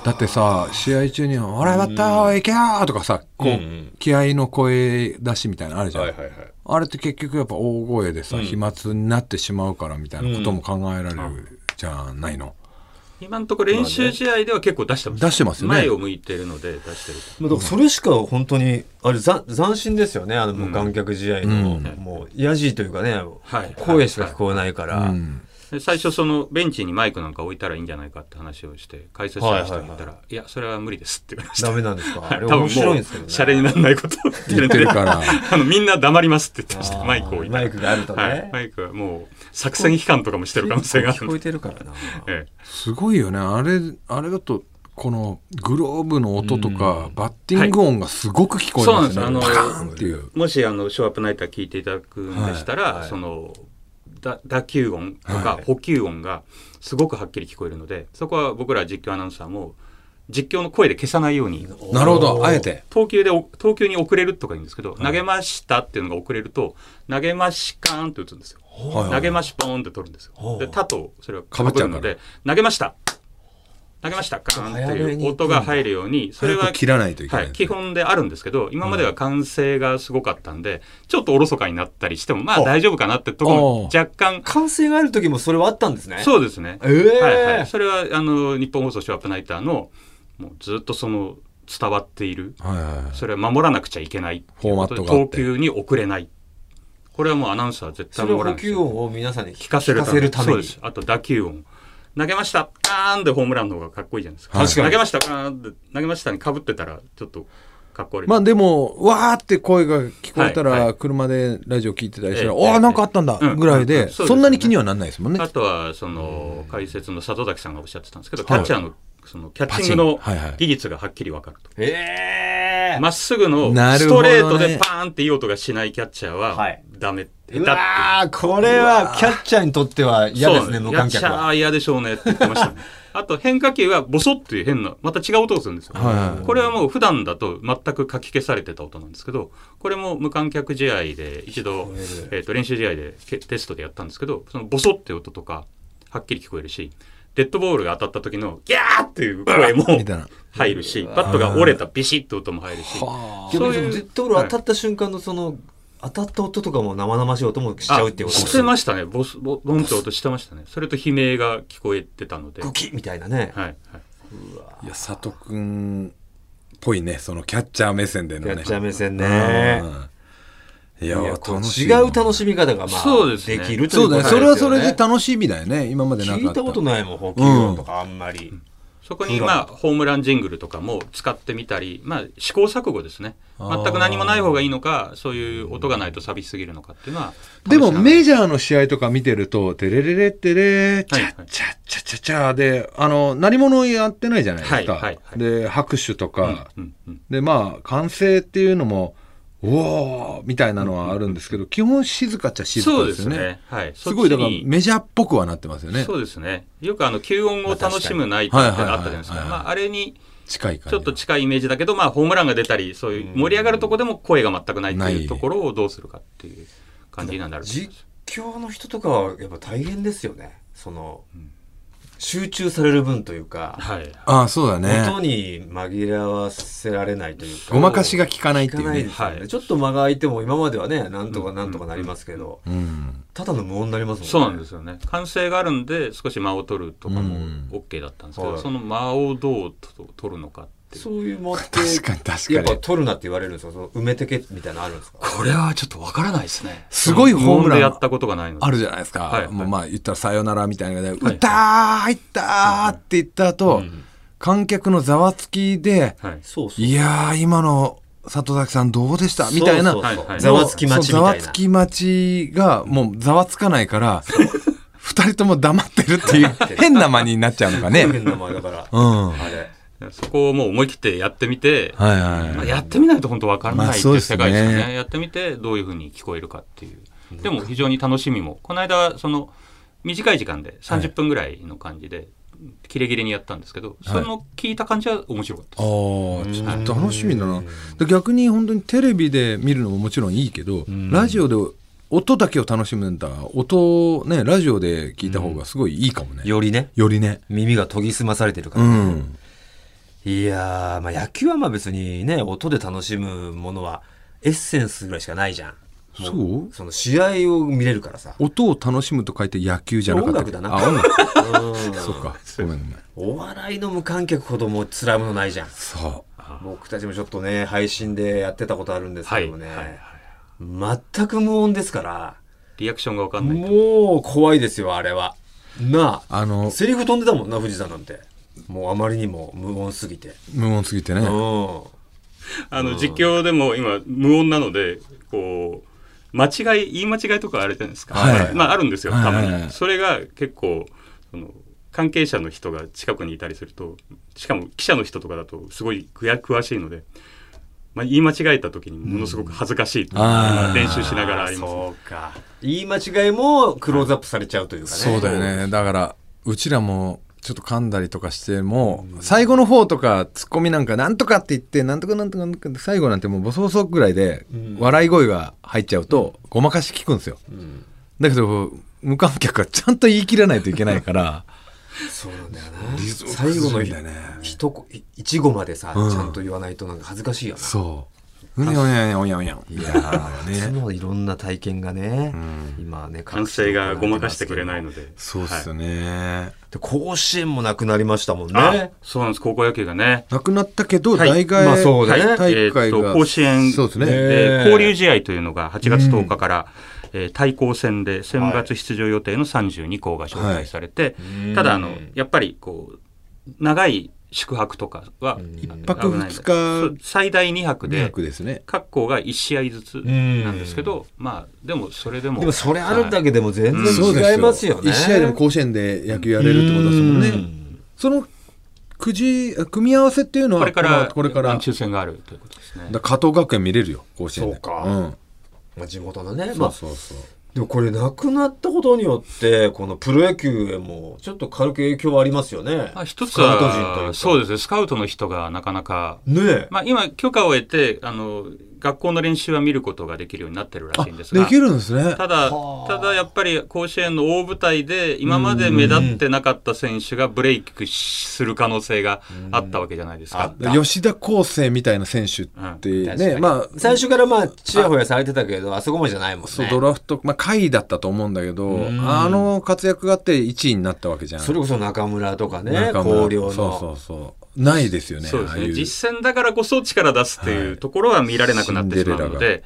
B: だってさ試合中に「笑いバッター行けよ!」とかさこ
A: う
B: う、
A: んうん
B: 気合の声出しみたいなのあるじゃん、
A: はいはいはい。
B: あれって結局やっぱ大声でさ、飛沫になってしまうからみたいなことも考えられるじゃないの。
C: 今のところ練習試合では結構出してます。
B: 出してますよね
C: 前を向いてるので出してる。
A: まあ、だからそれしか本当に、あれ、ざん斬新ですよね。あの、もう観客試合の、
B: うん
A: もう、ヤジというかね、
C: はい
A: 声しか聞こえないから。
B: うん
C: で最初そのベンチにマイクなんか置いたらいいんじゃないかって話をして解説者の人に言ったら、いやそれは無理ですって言われました
A: ダメなんですかあ
C: はい
A: れ
C: [LAUGHS] 多分も
A: 面
C: う
A: 白いんですけどね。
C: シャレにならないことを言
B: 言ってるから
C: [LAUGHS] あのみんな黙りますって言ってまし
A: あ
C: た
A: ー
C: マイクを置いたら
A: マイクがあるとね
C: はい、マイクはもう作戦批判とかもしてる可能性がある
A: 聞
C: ん
A: こえ
C: で、
A: てるからな。
C: え
B: すごいよねあれあれだとこのグローブの音とか、バッティング音がすごく聞こえますよね、
C: はいそうなんです
B: パ
C: あの
B: カーンっていう
C: え、もしあのショーアップナイター聞いていただくんでしたら、そのだ打球音とか補給音がすごくはっきり聞こえるので、そこは僕ら実況アナウンサーも実況の声で消さないように
B: なるほどあえて
C: 投球でお投球に遅れるとか言うんですけど、投げましたっていうのが遅れると投げましカーンって打つんですよ、
B: はいはい
C: 投げましポーンって取るんですよ、
A: ほう
C: で他とそれは
B: かぶっちゃう
C: の
B: から
C: で投げました投げましたカーンっていう音が入るようにそれは
B: 早く切らないといけない
C: は基本であるんですけど今までは歓声がすごかったんでちょっとおろそかになったりしてもまあ大丈夫かなってとこも若干
A: 歓声がある時もそれはあったんですね。
C: そうですね、
A: えー
C: はいはい、それはあの日本放送ショーアップナイターのもうずっとその伝わっている
B: はいはいはい
C: それは守らなくちゃいけないっていうことで
B: フォーマットがあ
C: 投
B: って
C: 球に遅れないこれはもうアナウンサーは絶
A: そ
C: 対
A: れ
C: 守
A: を
C: らない
A: 補給音を皆さんに
C: 聞かせるため
A: め
C: そう
A: に
C: で。すあと打球音投げましたカーンでホームランの方がかっこいいじゃないですか
B: 確かに
C: 投げましたカーンって投げましたにかぶってたらちょっとかっこ悪い、
B: まあでも、わーって声が聞こえた
C: はいは
B: ら、車でラジオ聞いてたりしたら、
C: え
B: お
C: えええ
B: ーなんかあったんだ
C: うん
B: ぐらい
C: うん
B: で、
C: そうですよね
B: そんなに気にはなんないですもんね。
C: あとはその解説の里崎さんがおっしゃってたんですけどキャッチャーのそのキャッチングの
B: パチンはいはい
C: 技術がはっきり分かると
A: ええ
C: まっすぐの
B: な
C: ス
B: るほど
C: ト
B: ね
C: レートでパーンっていい音がしないキャッチャー
A: は
C: はいダメ、
A: う
C: 下
A: わーこれはキャッチャーにとっては
C: 手
A: 嫌ですね、
C: そう
A: 無観客
C: キャッチャー
A: は。
C: 嫌でしょうねって言ってま
A: [LAUGHS]
C: したね、あと変化球はボソッっていう変なまた違う音をするんですよ、
B: はいはい
C: これはもう普段だと全くかき消されてた音なんですけどこれも無観客試合で一度、えー、と練習試合でけテストでやったんですけどそのボソッって音とかはっきり聞こえるしデッドボールが当たった時のギャーっていう声も
B: みたいな
C: 入るしバットが折れたビシッと音も入るし
A: でも
C: そういう
A: デッドボール当たった瞬間のその、当たった音とかも生々しい音もしちゃうっていうこと
C: あしてましたねボスボボンって音してましたねそれと悲鳴が聞こえてたのでは
A: グキッみたいなね。
C: い、はい、
B: いや、佐藤くんっぽいね、そのキャッチャー目線で
A: キ
B: のね。
A: ャッチャー目線ね。
B: うん。いや
A: いや、こう
B: 楽しい
A: 違
B: な。
A: う楽しみ方が、まあ、
C: そうですね
A: きるとい
B: そうう
A: こと
B: だ
A: で
B: ね。
A: すよ
B: そ
A: ね。
B: れはそれで楽しみだよね。今までなかった。
A: 聞いたことないもん、補給音とかあんまり。
C: そこにまあホームランジングルとかも使ってみたり、まあ、試行錯誤ですね全く何もない方がいいのかそういう音がないと寂しすぎるのかっていうのは
B: でもメ
C: ジ
B: ジャーの試合とか見てると、テレレレテレー、チ
C: はい
B: ャッチャッチャッチャッチャーで、あの、何者やってないじゃないです
C: はいは
B: か
C: いは。い
B: で、拍手とか、
C: うんうん
B: で、まあ、歓声っていうのも、うおーみたいなのはあるんですけど、基本静かっちゃ静
C: そ
B: か
C: う
B: で
C: ですす
B: よね
C: ね。はい
B: すごい、だから
C: そっちに
B: メジャーっぽくはなってますよね
C: そ。うですねよくあの吸音を楽しむナイトっ
B: まあ
C: て
B: 確かに
C: あったじゃないですか
B: はいはいはいはい
C: まああれに
B: 近い感
C: ち
B: じ
C: ょっと近いイメージだけど、まあ、ホームランが出たり、そういう盛り上がるとこでも声が全くないって
B: ないいう
C: ところをどうするかっていう感じになんだろうと思い
A: 実
C: ます
A: 況の人とかはやっぱ大変ですよねその、集中される分というか、
C: はい。
B: ああ、そうだ
A: 音
B: ね。
A: に紛らわせられないというか
B: ごまかしが効かないっていう
A: 聞
B: ね。
A: かなですよね
C: はい
A: ちょっと間が空いても今まではねなんとかなんとかなりますけど、
B: うん。
A: ただの無音になりますもんね
C: そうなんですよね。歓声があるんで、少し間を取るとかも OK だったんですけど、
A: はい
C: その間をどうと取るのかっていう。
A: そういうもんって
B: [LAUGHS] 確かに確かに
A: やっぱ取るなって言われるんですかその埋めてけみたいなのあるんですか
C: これはちょっとわからないですね。
B: すごいホームラン
C: 無音でやったことがないので。
B: あるじゃないですか。
C: はい
B: もうまあ言ったらさよならみたいなので、
C: はい
B: 歌ー入ったーって言った後、観客のざわつきで、
C: はい。
A: そうそう
B: い、やー今の里崎さんどうでしたみたいな。
A: そうそう
C: はいはい
A: ざわつき待ちみたいな
B: そうざわつき待ちがもうざわつかないから、二人とも黙ってるっていう変な間になっちゃうのかね。
A: [LAUGHS] 変な名前だから、
B: うん。は
A: あれ
C: そこをもう思い切ってやってみて、
B: いはい
C: ま
B: は
C: あ、
B: い。
C: やってみないと本当わから
B: ま
C: な
B: あ
C: いって
B: そう
C: いう
B: です
C: 世
B: ね
C: 界ですよね,、やってみてどういうふうに聞こえるかっていうでも非常に楽しみもこの間その短い時間で30分ぐらいの感じで、キレキレにやったんですけどその聞いた感じは面白かったです、
B: あーちょっと楽しみだなで逆に本当にテレビで見るのももちろんいいけどラジオで音だけを楽しむんだ音をねラジオで聞いた方がすごいいいかもね、
A: よりね
B: よりね
A: 耳が研ぎ澄まされてるか
B: う
A: ら、
B: ん
A: いやー、まあ、野球はまあ別にね、音で楽しむものはエッセンスぐらいしかないじゃん。
B: そう
A: その試合を見れるからさ。
B: 音を楽しむと書いて野球じゃなかったっけ
A: 音楽だな
B: あ音楽
A: うん
B: そう
A: [LAUGHS]
B: かごめんごめん
A: お笑いの無観客ほどもう辛いものないじゃん。
B: そ
A: 僕たちもちょっとね、配信でやってたことあるんです
C: は
A: け
C: い、
A: どね、
C: はいはい
A: 全く無音ですから、
C: リアクションがわかんない
A: もう怖いですよ、あれは。なあ、
B: あの
A: セリフ飛んでたもんな、富士山なんて。もうあまりにも無音すぎて。
B: う無音すぎてね
A: うん。
C: あの実況でも今無音なのでこう間違い言い間違いとかあるじゃないですか、
B: はい
C: まああるんですよ
B: はい
C: たまに、
B: はいはい
C: それが結構その関係者の人が近くにいたりするとしかも記者の人とかだとすごい詳詳しいので、まあ、言い間違えた時にものすごく恥ずかしいっていうのが
B: あー
C: 練習しながらありますね
A: そうか。言い間違いもクローズアップされちゃうというかね。
B: そうだよねだからうちらもちょっと噛んだりとかしても最後の方とかツッコミなんかなんとかって言ってなんとかなんとかなんとかって最後なんてもうボソボソぐらいで笑い声が入っちゃうとごまかし聞くんですよだけど無観客はちゃんと言い切らないといけないから
A: そうなんだよな
B: [LAUGHS] リズム
A: 最後の
B: 崩れるんだよね
A: 一こい一語までさ、
B: うん
A: ちゃんと言わないとなんか恥ずかしいよな
B: そう。うにゃうにゃうにゃうにゃうにゃ。いや
A: そ
B: ー [LAUGHS] ね。
A: のいろんな体験がね、今はね
C: 完成がごまかしてくれないので。
B: そうっすよ
C: ね。
B: ね。
A: で甲子園もなくなりましたもん
C: あ
A: ね
C: そうなんです。高校野球がね。
B: なくなったけど、
C: はい
B: 大会
A: まあそうだね
C: はい
B: 大会
C: えーっ
B: が。
C: と甲子園
B: そうですね。
C: え
B: え
C: ー
B: ー
C: 交流試合というのが8月10日から、えー対抗戦で選抜出場予定の32校が招待されて、ただあのやっぱりこう長い宿泊とかは1
B: 泊二日
C: 最大2泊
B: 二
C: で
B: 泊ですね。
C: 各校が1試合ずつなんですけど、まあでもそれでも
A: でもそれあるだけでも全
C: うんそう
A: 然違いますよね
B: 一試合でも甲子園で野球やれるってことですもん
A: う
B: ね。
A: ん
B: そのくじ組み合わせっていうのは
C: これから
B: これから。だか
C: 抽選があるということですね。
B: ら加藤学園見れるよ甲子園で。
A: そうか
B: うん。
A: まあ、地元のね、
B: そ
A: ま
B: う
A: あ、
B: そうそう。
A: でもこれなくなったことによってこのプロ野球へもちょっと軽く影響はありますよね、
C: まあ、一つ
A: スカウト陣という
C: は
A: か
C: そうですねスカウトの人がなかなか
A: ねえ、
C: まあ、今、許可を得てあの学校の練習は見ることができるようになってるら
B: あ
C: しいんですが
B: できるんですね。
C: ただ
A: はあ
C: ただやっぱり甲子園の大舞台で今まで目立ってなかった選手がブレイクする可能性があったわけじゃないですか。
B: 吉田康生みたいな選手って
A: うん確か
B: ね、
A: に
B: まあ、
A: 最初からまあちやほやされてたけどあそこまでじゃないもんね
B: そうドラフト、まあ、下位だったと思うんだけど、あの活躍があって1位になったわけじゃん。
A: それこそ中村とかね
B: 中村
A: 広陵の
B: そうそうそう。ないですよね、
C: そうです
B: ああい
C: ね
B: う
C: 実戦だからこそ力出すっていうところは見られなくなってしまう
B: シ
C: の
B: ンデレ
C: で、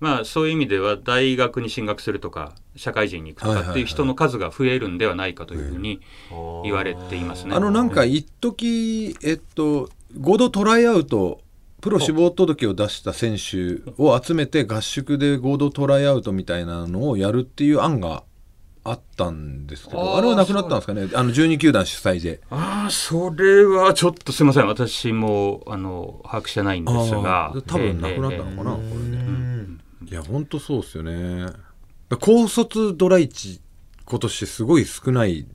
C: まあ、そういう意味では大学に進学するとか社会人に行くとかっていう人の数が増えるんではないかというふうに言われていますね。
B: あのなんか一時えっと合同トライアウトプロ志望届を出した選手を集めて合宿で合同トライアウトみたいなのをやるっていう案があったんですけど
C: あー
B: あれはなくなったんですかねあの12球団主催で
C: ああ、それはちょっとすみません。私も、あの、把握してないんですが
B: あー。多分なくなったのかな、
C: え
B: これねいや本当そうですよねだ高卒ドラ1今年すごい少ない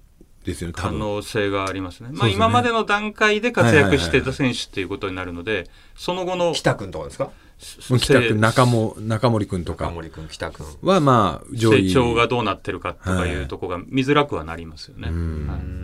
B: ですよね
C: え
B: 多
C: 可
B: 分
C: 能性がありますね。まあ、
B: そうですね
C: 今までの段階で活躍してた選手っていうことになるので、その後の、
A: 北君とかですか
B: 北区中
C: 成
B: も中森君と
A: 中
B: か
A: 森君北君
B: はまあ上位
C: 長がどうなってるかとかいうところが見づらくはなりますよね。はい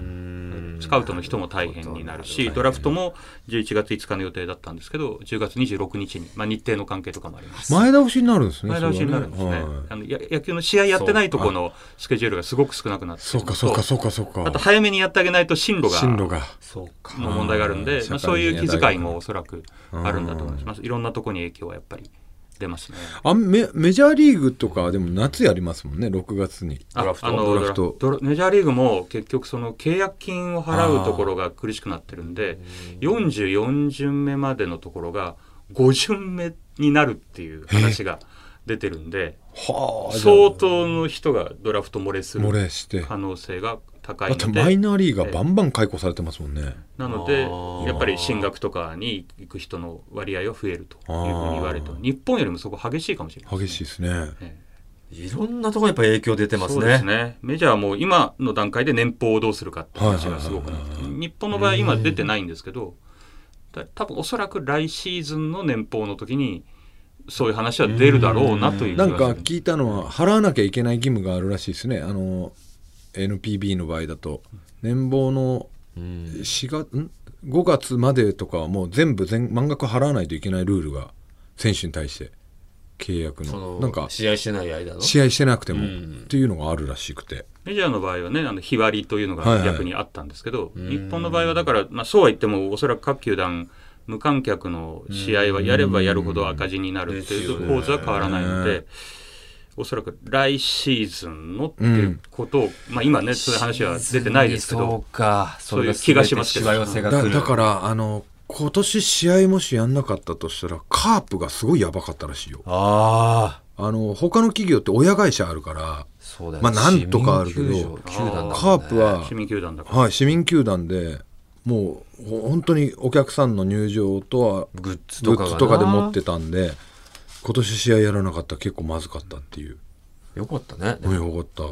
C: スカウトの人も大変になるし、ドラフトも11月5日の予定だったんですけど、10月26日に、まあ、日程の関係とかもあります。
B: 前倒しになるんですね。
C: 前倒しになるんです
B: それ
C: ね。
B: ははい
C: あのや野球の試合やってないとこのスケジュールがすごく少なくなって
B: そうか、そうか、そうか、そうか。
C: あと早めにやってあげないと進路が
B: 進路が。
A: そうか
C: の問題があるんで、
B: うん
C: ま
B: 社
C: あ、そう
B: 会
C: い
B: 人
C: う
B: や
C: 気遣いもおそらくあるんだと思います。いろんなところに影響はやっぱり出ますね。
B: あメメジャーリーグとかでも夏やりますもんね、6月に。
C: あ
A: ドラフト
C: あの
B: ドラフト
C: ドラメジャーリーグも結局その契約金を払うところが苦しくなってるんで44巡目までのところが5巡目になるっていう話が出てるんで
B: は
C: 相当の人がドラフト漏れする
B: 漏れして。
C: 可能性が高い
B: だ
C: の
B: って
C: で
B: マイナーリーガーバンバン解雇されてますもんね。
C: なので
A: あー
C: やっぱり進学とかに行く人の割合は増えるというふうに言われて
B: あー
C: 日本よりもそこ激しいかもしれない
B: 激しいですね。
C: え
A: いろんなところやっぱ影響出て
C: え
A: ます
C: そうです
A: ね
C: ねメジャーはもう今の段階で年俸をどうするかっていう話がすごくなって
B: はいはいはいは
C: 日本の場合は今出てないんですけどだ多分おそらく来シーズンの年俸の時にそういう話は出るだろうなという気
B: なんか
C: がする
B: 聞いたのは、払わなきゃいけない義務があるらしいですね。あの、NPB の場合だと。年俸の4月、ん ?5 月までとかはもう全部全、満額払わないといけないルールが、選手に対して、契約
A: そ
B: の。
A: の
B: なんか、
A: 試合してない間の
B: 試合してなくてもっていうのがあるらしくて、
C: メジャーの場合はね、あの日割りというの
B: はい
C: が
B: はい
C: 逆にあったんですけど、日本の場合はだから、まあ、そうは言っても、おそらく各球団、無観客の試合はやればやるほど赤字になるっていう構図は変わらないので、おそらく来シーズンのっていうことを、まあ今ね、そういう話は出てないですけ
A: そう
C: ど、
A: か
C: そういう気がしますけど
A: それが全てしわ寄せが
B: だ
A: 来る
B: だからあの今年試合もしやんなかったとしたらカープがすごいやばかったらしいよ
A: ああ
B: あの他の企業って親会社あるから
A: そうだよ
B: まあなんとかあるけ
A: 市
B: ど
A: 民球場球団だもんね
B: カープは
C: 市民球団だから。
B: はい、市民球団でもうほ本当にお客さんの入場とは
A: グッズとかがな
B: グッズで持ってたんで今年試合やらなかったら結構まずかったっていう
A: よかったね
B: うんよかった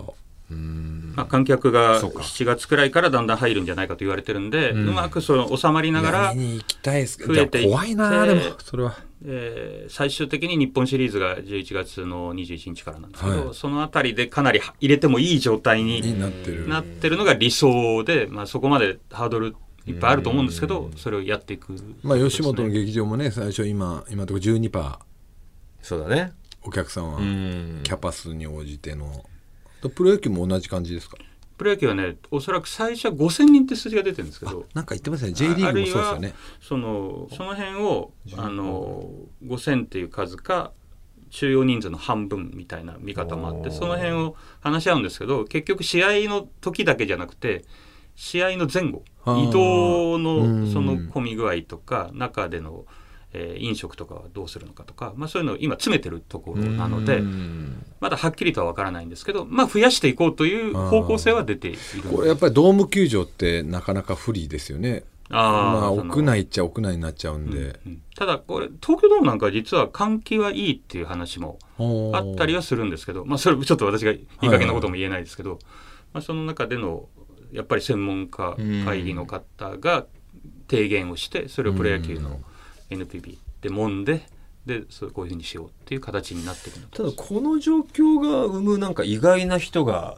C: まあ、観客が
D: そうか
C: 7月くらいからだんだん入るんじゃないかと言われてるんで、うまくその収まりながら
B: 見、に行きたいですけど
C: 増えていって
B: 怖いなでもそれは
C: えー最終的に日本シリーズが11月の21日からなんですけど、そのあたりでかなりは入れてもいい状態
B: に
C: に
B: なってる
C: なってるのが理想で、まあ、そこまでハードルいっぱいあると思うんですけど、それをやっていく、
B: まあ吉本の劇場もね最初今今のところ12パー
A: そうだね
B: お客さんは
A: ん
B: キャパスに応じてのプロ野球も同じ感じですか
C: プロ野球はね、おそらく最初は5000人って数字が出てるんですけど、
B: なんか言ってますね J リーグもそうですよね
C: そのその辺をあの5,000っていう数か収容人数の半分みたいな見方もあってその辺を話し合うんですけど結局試合の時だけじゃなくて試合の前後
B: あー
C: 移動
B: うん
C: のその混み具合とか中での、えー飲食とかはどうするのかとか、まあ、そういうのを今詰めてるところなのでまだはっきりとは分からないんですけど、まあ、増やしていこうという方向性は出ている
B: これやっぱりドーム球場ってなかなか不利ですよね
C: あー
B: まあ
C: その
B: 屋内っちゃ屋内になっちゃうんで、
C: うんただこれ東京ドームなんかは実は換気はいいっていう話も
B: ほー
C: あったりはするんですけど、まあ、それちょっと私がいい加減なことも言えないですけど、まあ、その中でのやっぱり専門家会議の方が提言をしてそれをプロ野球の NPB で揉んででそうこういうふうにしようっていう形になっていくの
A: た
C: と
A: だこの状況が生むなんか意外な人が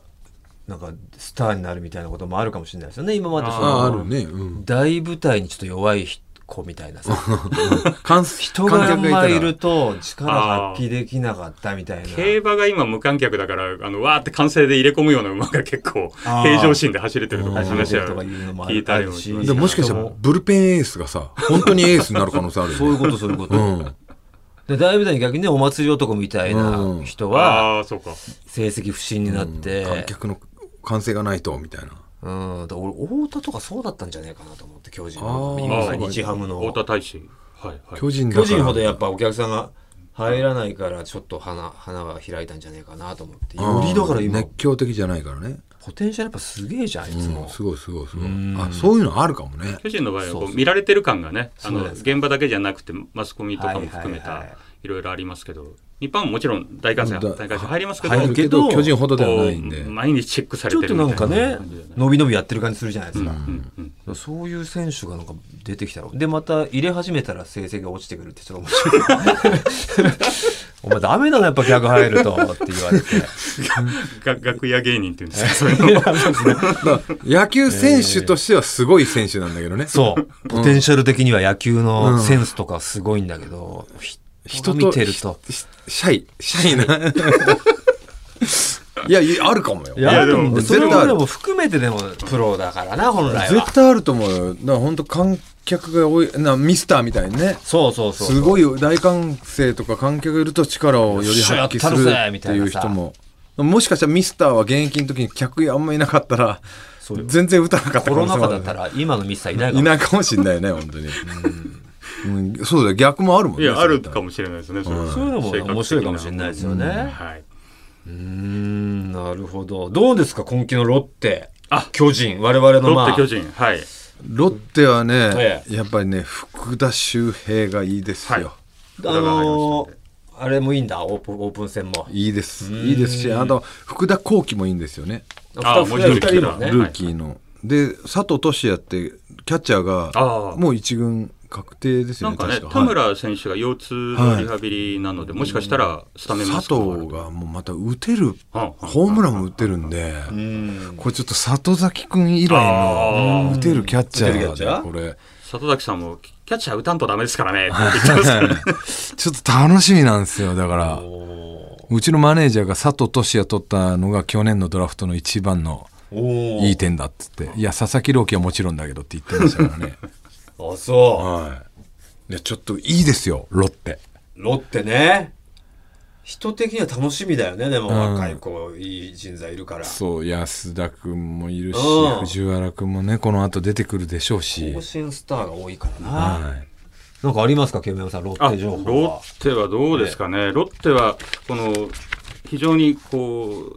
A: なんかスターになるみたいなこともあるかもしれないですよね今までそ
B: ああ
A: の
B: るね、うん、
A: 大舞台にちょっと弱い子みたいなさ
B: 観
A: 人
B: 人
A: があんまいると力発揮できなかったみたいな
C: 競馬が今無観客だからあのわーって歓声で入れ込むような馬が結構
A: あー
C: 平常心で走れてるとか
A: 走れ
C: 話
A: て
C: は
A: るとかいうのもある
C: 聞いたりもします
A: ある
B: でももしかしたらブルペンエースがさ本当にエースになる可能性あるよね
A: そういうことそういうこと、
B: うん
A: で大舞台に逆にねお祭り男みたいな人は
C: ああーそうか
A: 成績不振になっ
B: 観
A: て、
B: 客の歓声がないとみたいな
A: うん、だから俺太田とかそうだったんじゃないかなと思って巨人の
B: あー
A: 今さ日ハムの
C: 太田大使はいはい
B: 巨人だから
A: 巨人ほどやっぱお客さんが入らないからちょっと花花が開いたんじゃないかなと思ってよりだから
B: う
A: 今
B: ん熱狂的じゃないからね、
A: ポテンシャルやっぱすげえじゃんあいつ
B: うん、
A: も、
B: すごいすごいすごいあそういうのあるかもね
C: 巨人の場合はこう見られてる感がねあ
A: そう
C: の
A: です
C: 現場だけじゃなくてマスコミとかも含
A: は
C: め
A: いは
C: た
A: いはい
C: いろいろありますけど日本ももちろん大感染
B: だ
C: 大感染入りますけど
A: 入るけど
B: 入巨人ほどではないんで
C: こう毎日チェックされ
A: ちょってと
C: る
A: な
C: み
A: ん
C: た
A: か
C: いな
A: ね
C: 感じだよね
A: 伸び伸びやってる感じするじゃないですか、
C: うんうん
A: そういう選手がなんか出てきたらでまた入れ始めたら成績が落ちてくるってちょっと面白い [LAUGHS] お前ダメだなやっぱ逆入るとって言われて
C: が楽屋芸人っていう
A: [LAUGHS]
C: んですかそういう
B: だ
C: の
B: から野球選手としてはすごい選手なんだけどね、
A: そうポテンシャル的には野球のセンスとかすごいんだけど、ひ人
B: 人
A: が
B: と
A: 見てると
B: ひひシャイシャ
A: [LAUGHS]
B: イないやいあるかもよ
A: いや
C: や
A: で
C: で
A: も
C: も
A: それ
B: 絶対あ
A: も
B: る
A: でも含めてでもプロだからな本来は
B: 絶対あると思うよだから本当観客が多いなミスターみたいにね
A: そうそうそう
B: すごい大歓声とか観客がいると力をより発揮す
A: よっしゃ
B: る
A: やったるぜみ
B: ったて
A: い
B: い
A: な
B: う
A: さ
B: 人ももしかしたらミスターは現役の時に客があんまいなかったら
A: そうよ
B: 全然打たなかった
A: コロナ禍だった
B: ら
A: ら今のミスターいないかも
B: いないかもしれないね本当に、うんうんそうだよ逆もあるもん
C: い
B: ね
C: やあるか
B: も
C: もしれないですねそれは
A: そういうのも
C: 性格的
A: 面白いかもしれないですよね
C: はい
A: うんなるほどどうですか今季のロッテ
C: あ
A: 巨人我々の
C: ロ
A: ま
C: ッ
A: あ
C: テ巨人はい
B: ロッテはね
A: え、
B: やっぱりね福田周平がいいですよ、
C: は
A: あのーあれもいいんだオープンオープン戦も
B: い、いですいいですしあと福田幸輝もいいんですよね
C: あ
A: 二
C: もう一人
A: 二もね
C: え
B: ルーキーの、で佐藤俊也ってキャッチャー
C: あ
B: が
C: ー
B: もう一軍確定です
C: な
B: よ
C: ん
B: ね
C: かね
B: 確か
C: 田
B: はい
C: 村選手が腰痛のリハビリなのでもしかしたらスタメンマスク
B: 佐藤がもうまた打てる、
C: うん
B: ホームランも打てるんで、これちょっと里崎君以来の打てるキャッチャ
A: 打てるキャッチャー
B: ーで、これ、 [LAUGHS]
C: 里崎さんもキャッチャー打たんとダメですからねって言ってますからね
B: ちょっと楽しみなんですよ、だから。うちのマネージャーが佐藤俊也取ったのが去年のドラフトの一番のいい点だっつって、いや、佐々木朗希はもちろんだけどって言ってましたからね。
A: あそ
B: はい。いや、ちょっといいですよ、ロッテ。
A: うロッテね人的には楽しみだよねでも若い子いい人材いるから
B: そう、安田君もいるし
A: うん、
B: 藤原君もね、この後出てくるでしょうし
A: 甲。子園スターが多いからな、
B: はい。
A: なんかありますかケムヤマさんロッ
C: あ
A: テ情報
C: ロ
A: は
C: ッテはどうですかね、ロッテはこの非常にこう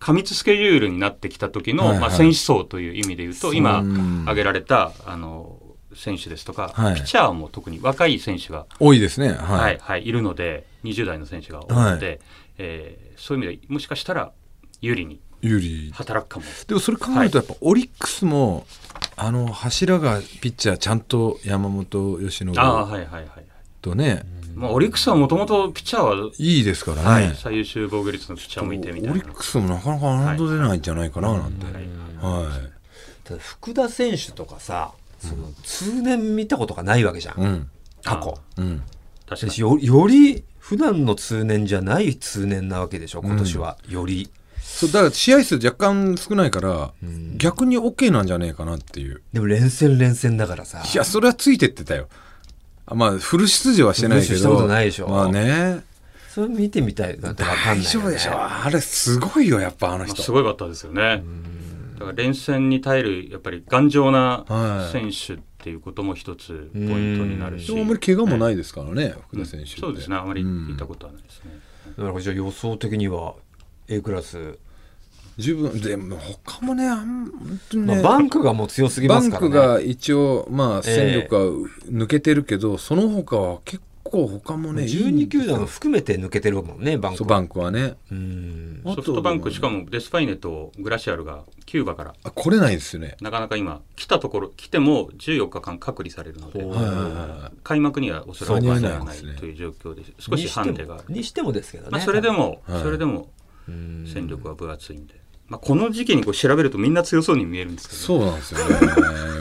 C: 過密スケジュールになってきた時の、
B: はいはい
C: まあ、選手層という意味で言うと、今
B: うん
C: 挙げられたあの選手ですとか、
B: はい
C: ピッチャーも特に若い選手が、
B: 多いですね。
C: は
B: はいい。
C: はい、いるので、20代の選手が多くて、
B: はい
C: えーそういう意味ではもしかしたら有利に
B: 有利
C: 働くかも。
B: でもそれ考えるとやっぱオリックスも、あの柱がピッチャーちゃんと山本由伸
C: ああ、はいはいはい。
B: とね
C: まあ、オリックスはもともとピッチャーは、
B: いいですからね、
C: 最優秀防御率のピッチャーもいてみた
B: オ
C: い
B: リ
C: な
B: ッ。クスもなかなか侮れないんじゃないかななんて、はい
A: ただ福田選手とかさその通年見たことがないわけじゃん、
B: うん
A: 過去
B: うん
C: 確かに
A: 私よより普段の通年じゃない通年なわけでしょ今年は、より
B: そうだから試合数若干少ないから、逆に OK なんじゃねえかなっていう
A: でも連戦連戦だからさ
B: いやそれはついてってたよあまあフル出場はしてないけ
A: フル
B: ど
A: 出場したことないでしょ
B: まあね
A: それ見てみたいなんてわかんないよね、
B: 大丈夫でしょあれすごいよやっぱあの
C: まあ
B: 人
C: すごいバッターですよね。だから連戦に耐えるやっぱり頑丈な
B: はい
C: 選手っていうことも一つポイントになるし、
B: でもあんまり怪我もないですからね、福田選手って
C: そうですね、あまり聞いたことはないですね。
A: だからじゃあ予想的には A クラス、
B: 十分でも他もねあん本当に
A: ま
B: ね、
A: あ、バンクがもう強すぎ
B: バ
A: ます
B: ン
A: から
B: ク
A: ね
B: が一応まあ戦力は抜けてるけど、その他は結構他もねいい
A: 12球団含めて抜けてるもんねバンク
B: そう
A: は
B: バンクはね
A: うん
C: ソフトバンクしかもデスパイネとグラシアルがキューバから
B: あ来れないですよね
C: なかなか今来たところ来ても14日間隔離されるので、開幕にはおそらく間に合わな
B: そう間に合
C: い
B: わないですね
C: という状況で少
A: に
C: し
A: して
C: ハンデがあ
A: も
C: る。
A: にしてもですけどね、
C: まあそれでも、
B: はい
C: それでも戦力は分厚いんで、まあこの時期にこう調べるとみんな強そうに見えるんですけどね、
B: そうなん
A: [LAUGHS]
B: ですよね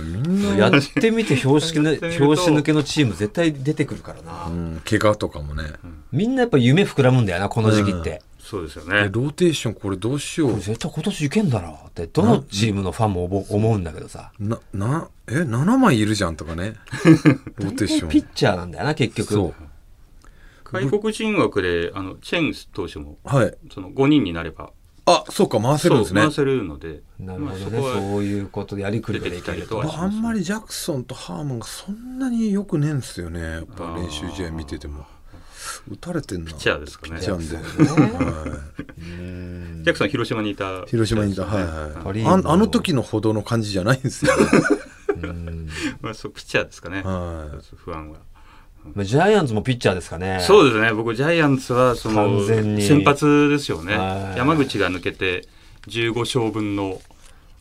B: みんな、
A: やってみて標
C: [LAUGHS]
A: 識の
C: てみる
A: 表
C: と
A: 紙抜けのチーム絶対出てくるからな、
B: うん、怪我とかもね、
A: みんなやっぱ夢膨らむんだよなこの時期って、
C: そうですよ
B: え
C: ね。
B: ローテーションこれどうしよ
A: こ
B: う
A: れ絶対今年いけんだろうってどのチームのファンも思う思うんだけどさ
B: ななえ7枚いるじゃんとかねローテーション
A: ピッチャーなんだよな結局
B: そう
C: 外国人枠であのチェンス投手も
B: はい
C: その5人になれば
B: あそうか回せるんですね
C: そう回せるので、
A: なるほど
C: まあ
A: ね、
C: そこは
A: そういうことやりくりでいけると
C: 出てきたりとか
B: 僕あんまりジャクソンとハーマンがそんなによくねえんですよねやっぱ練習試合見てても打たれてんなピッ
C: チャーですかね
B: ピッチャーで、はい
C: ジャクソン広島にいた
B: 広島にいたはいは
A: パ
B: い
A: リ
B: あ
A: ーグの
B: あの時のほどの感じじゃないんですよね、
C: まあそうピッチャーですかね。
B: は
C: 不安は。
A: まあジャイアンツもピッチャーですかね
C: そうですね。僕ジャイアンツはその
A: 完全に
C: 先発ですよね
A: は。い
C: 山口が抜けて15勝分の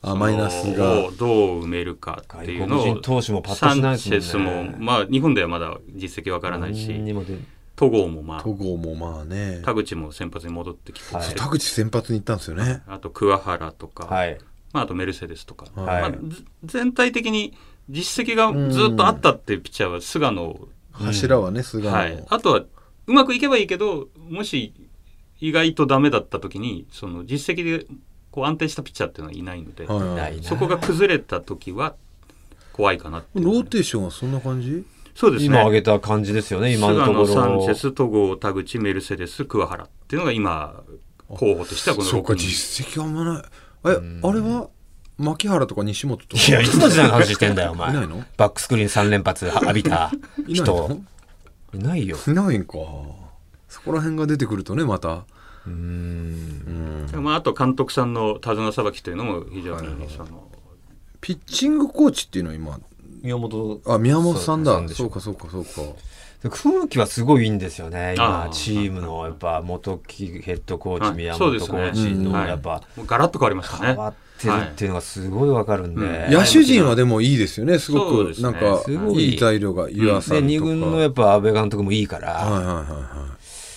B: あ
C: その
B: マイナスが
C: をどう埋めるかっていうのを。
A: 外国人投手もパッとしないですもんね
C: サンチェスもまあ日本ではまだ実績わからない
A: 何に
C: し、
A: も出
C: 戸郷もま
B: 戸
C: あ
B: 郷もまあね
C: 田口も先発に戻ってきて、
A: はい
B: 田口先発に行ったんですよね
C: あと桑原とか、
A: はい
C: まあ、あとメルセデスとか、
A: はい
C: まあ、ず全体的に実績がずっとあったっていうピッチャーは菅野、
B: 柱はね菅野、
C: はい、あとはうまくいけばいいけどもし意外とダメだった時にその実績でこう安定したピッチャーっていうのはいないので、
B: はい
A: ないな
C: そこが崩れた時は怖いかなっていう
B: ローテーションはそんな感じ
C: そうですね
A: 今挙げた感じですよね今のところ
C: 菅野サンチェス戸郷田口メルセデス桑原っていうのが今候補としてはこの
B: そうか
C: 6人
B: 実績あんまないえあれは牧原とか西本とか
A: いや、いつの時代の話してんだよ、お前。
B: [LAUGHS] いないの
A: バックスクリーン3連発浴びた
B: [LAUGHS] いないの
A: 人。いないよ。
B: いないんかそこら辺が出てくるとねまた
C: まあ、あと監督さんの手綱さばきというのも非常にその
B: ピッチングコーチっていうのは今
A: 宮本
B: あ宮本さんだ
A: そうなんでし
B: そ
A: ょ
B: うかそうかそうか
A: 空気はすごいいいんですよね、
C: あ
A: 今
C: ー、
A: チームの、やっぱ、元木ヘッドコー
C: は
A: チ、
C: い
A: 宮
C: そ
A: 本
C: うで
A: コ
C: すね
A: ーチの、
C: はい
A: やっぱ、
C: もうガラッと変わりましたね
A: 変わってるっていうのがすごいわかるんで。
C: は
B: 野手陣はでもいいですよねすご
C: そう
B: く
C: です
B: な
C: ね
B: んか
A: すごい
B: いい材料が湯浅
A: で、
B: とか
A: 2軍のやっぱ、安倍監督もいいから、
B: はいはいはいは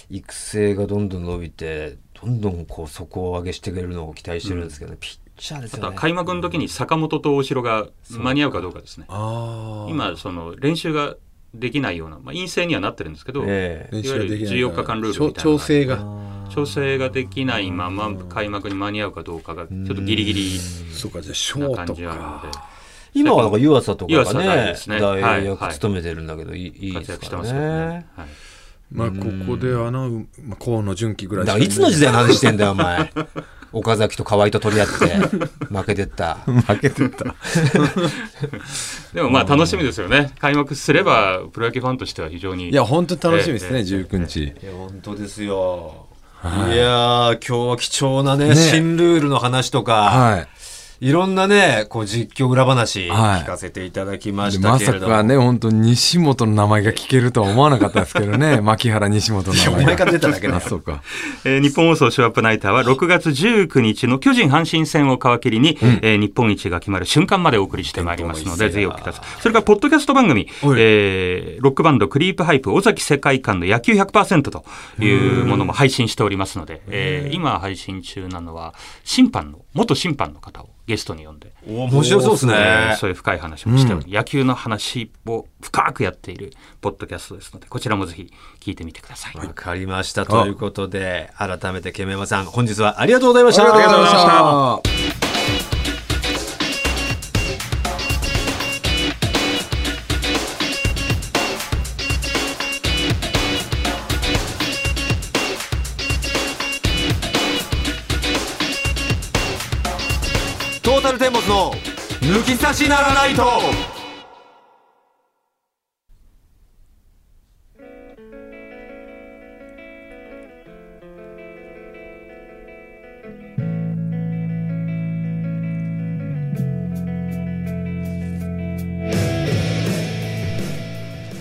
A: 育成がどんどん伸びて、どんどんこう、底を上げしてくれるのを期待してるんですけどね、ピッチャーです
C: あと
A: よ
C: は
A: ね。
C: 開幕の時に坂本と大城が間に合うかどうかです
B: い
C: ね。
B: ああ
C: 今その練習ができないような、まあ、陰性にはなってるんですけど、
A: ええ
B: 練習ができない
C: いわゆる14日間ルールみたいなのが
B: 調整が
C: 調整ができないまま開幕に間に合うかどうかがちょっとギリギリ
B: そうかじゃあショ
C: な
B: ー
C: 感
B: ト
C: じはある
B: か
C: ので
A: 今はなんか湯浅とか
C: 湯
A: が
C: 浅が
A: ね
C: ですねは
A: 大
C: い
A: 役務めてるんだけど、いいいいで
C: 活
A: す
C: 躍して
A: から
C: ますけど
A: ね
C: ね。。はい
B: まあここで穴をまあ河野純喜ぐら
A: だ
B: い
A: か
B: しからね
A: いつの時代の話してんだよ、お前。 [LAUGHS] 岡崎と河合と取り合って、 [LAUGHS] 負けてった。
B: 負けてた
C: でもまあ楽しみですよね。開幕すればプロ野球ファンとしては非常に
B: いや本当に楽しみですね
C: ええ
B: 19日
A: いや、本当ですよ。いやー、今日は貴重なね、
B: ね
A: 新ルールの話とか、
B: はい
A: いろんなね、こう実況裏話
B: はい
A: 聞かせていただきまし
B: で
A: た
B: ま
A: けれ
B: さ
A: ども。
B: かね、本当に西本の名前が聞けるとは思わなかったですけど
A: [LAUGHS]
B: ね、牧原西本の名前。
A: お前が出ただけだよ
B: あそうか。
E: えー日本放送ショーアップナイターは6月19日の巨人阪神戦を皮切りに、えー日本一が決まる瞬間までお送りしてまいりますので、ぜひお聞きください。それから、ポッドキャスト番組、えーロックバンドクリープハイプ尾崎世界観の野球100%というものも配信しておりますので、えー今配信中なのは、審判の、元審判の方をゲストに呼んで、
A: 面白そうです
E: えー
A: ね。
E: そういう深い話もしており、野球の話を深くやっているポッドキャストですので、こちらもぜひ聞いてみてください。
A: わかりました。ということで、改めて、ケメヤマさん、本日はありがとうございました。ありがとうございました。トータルテンボスの抜き差しならないと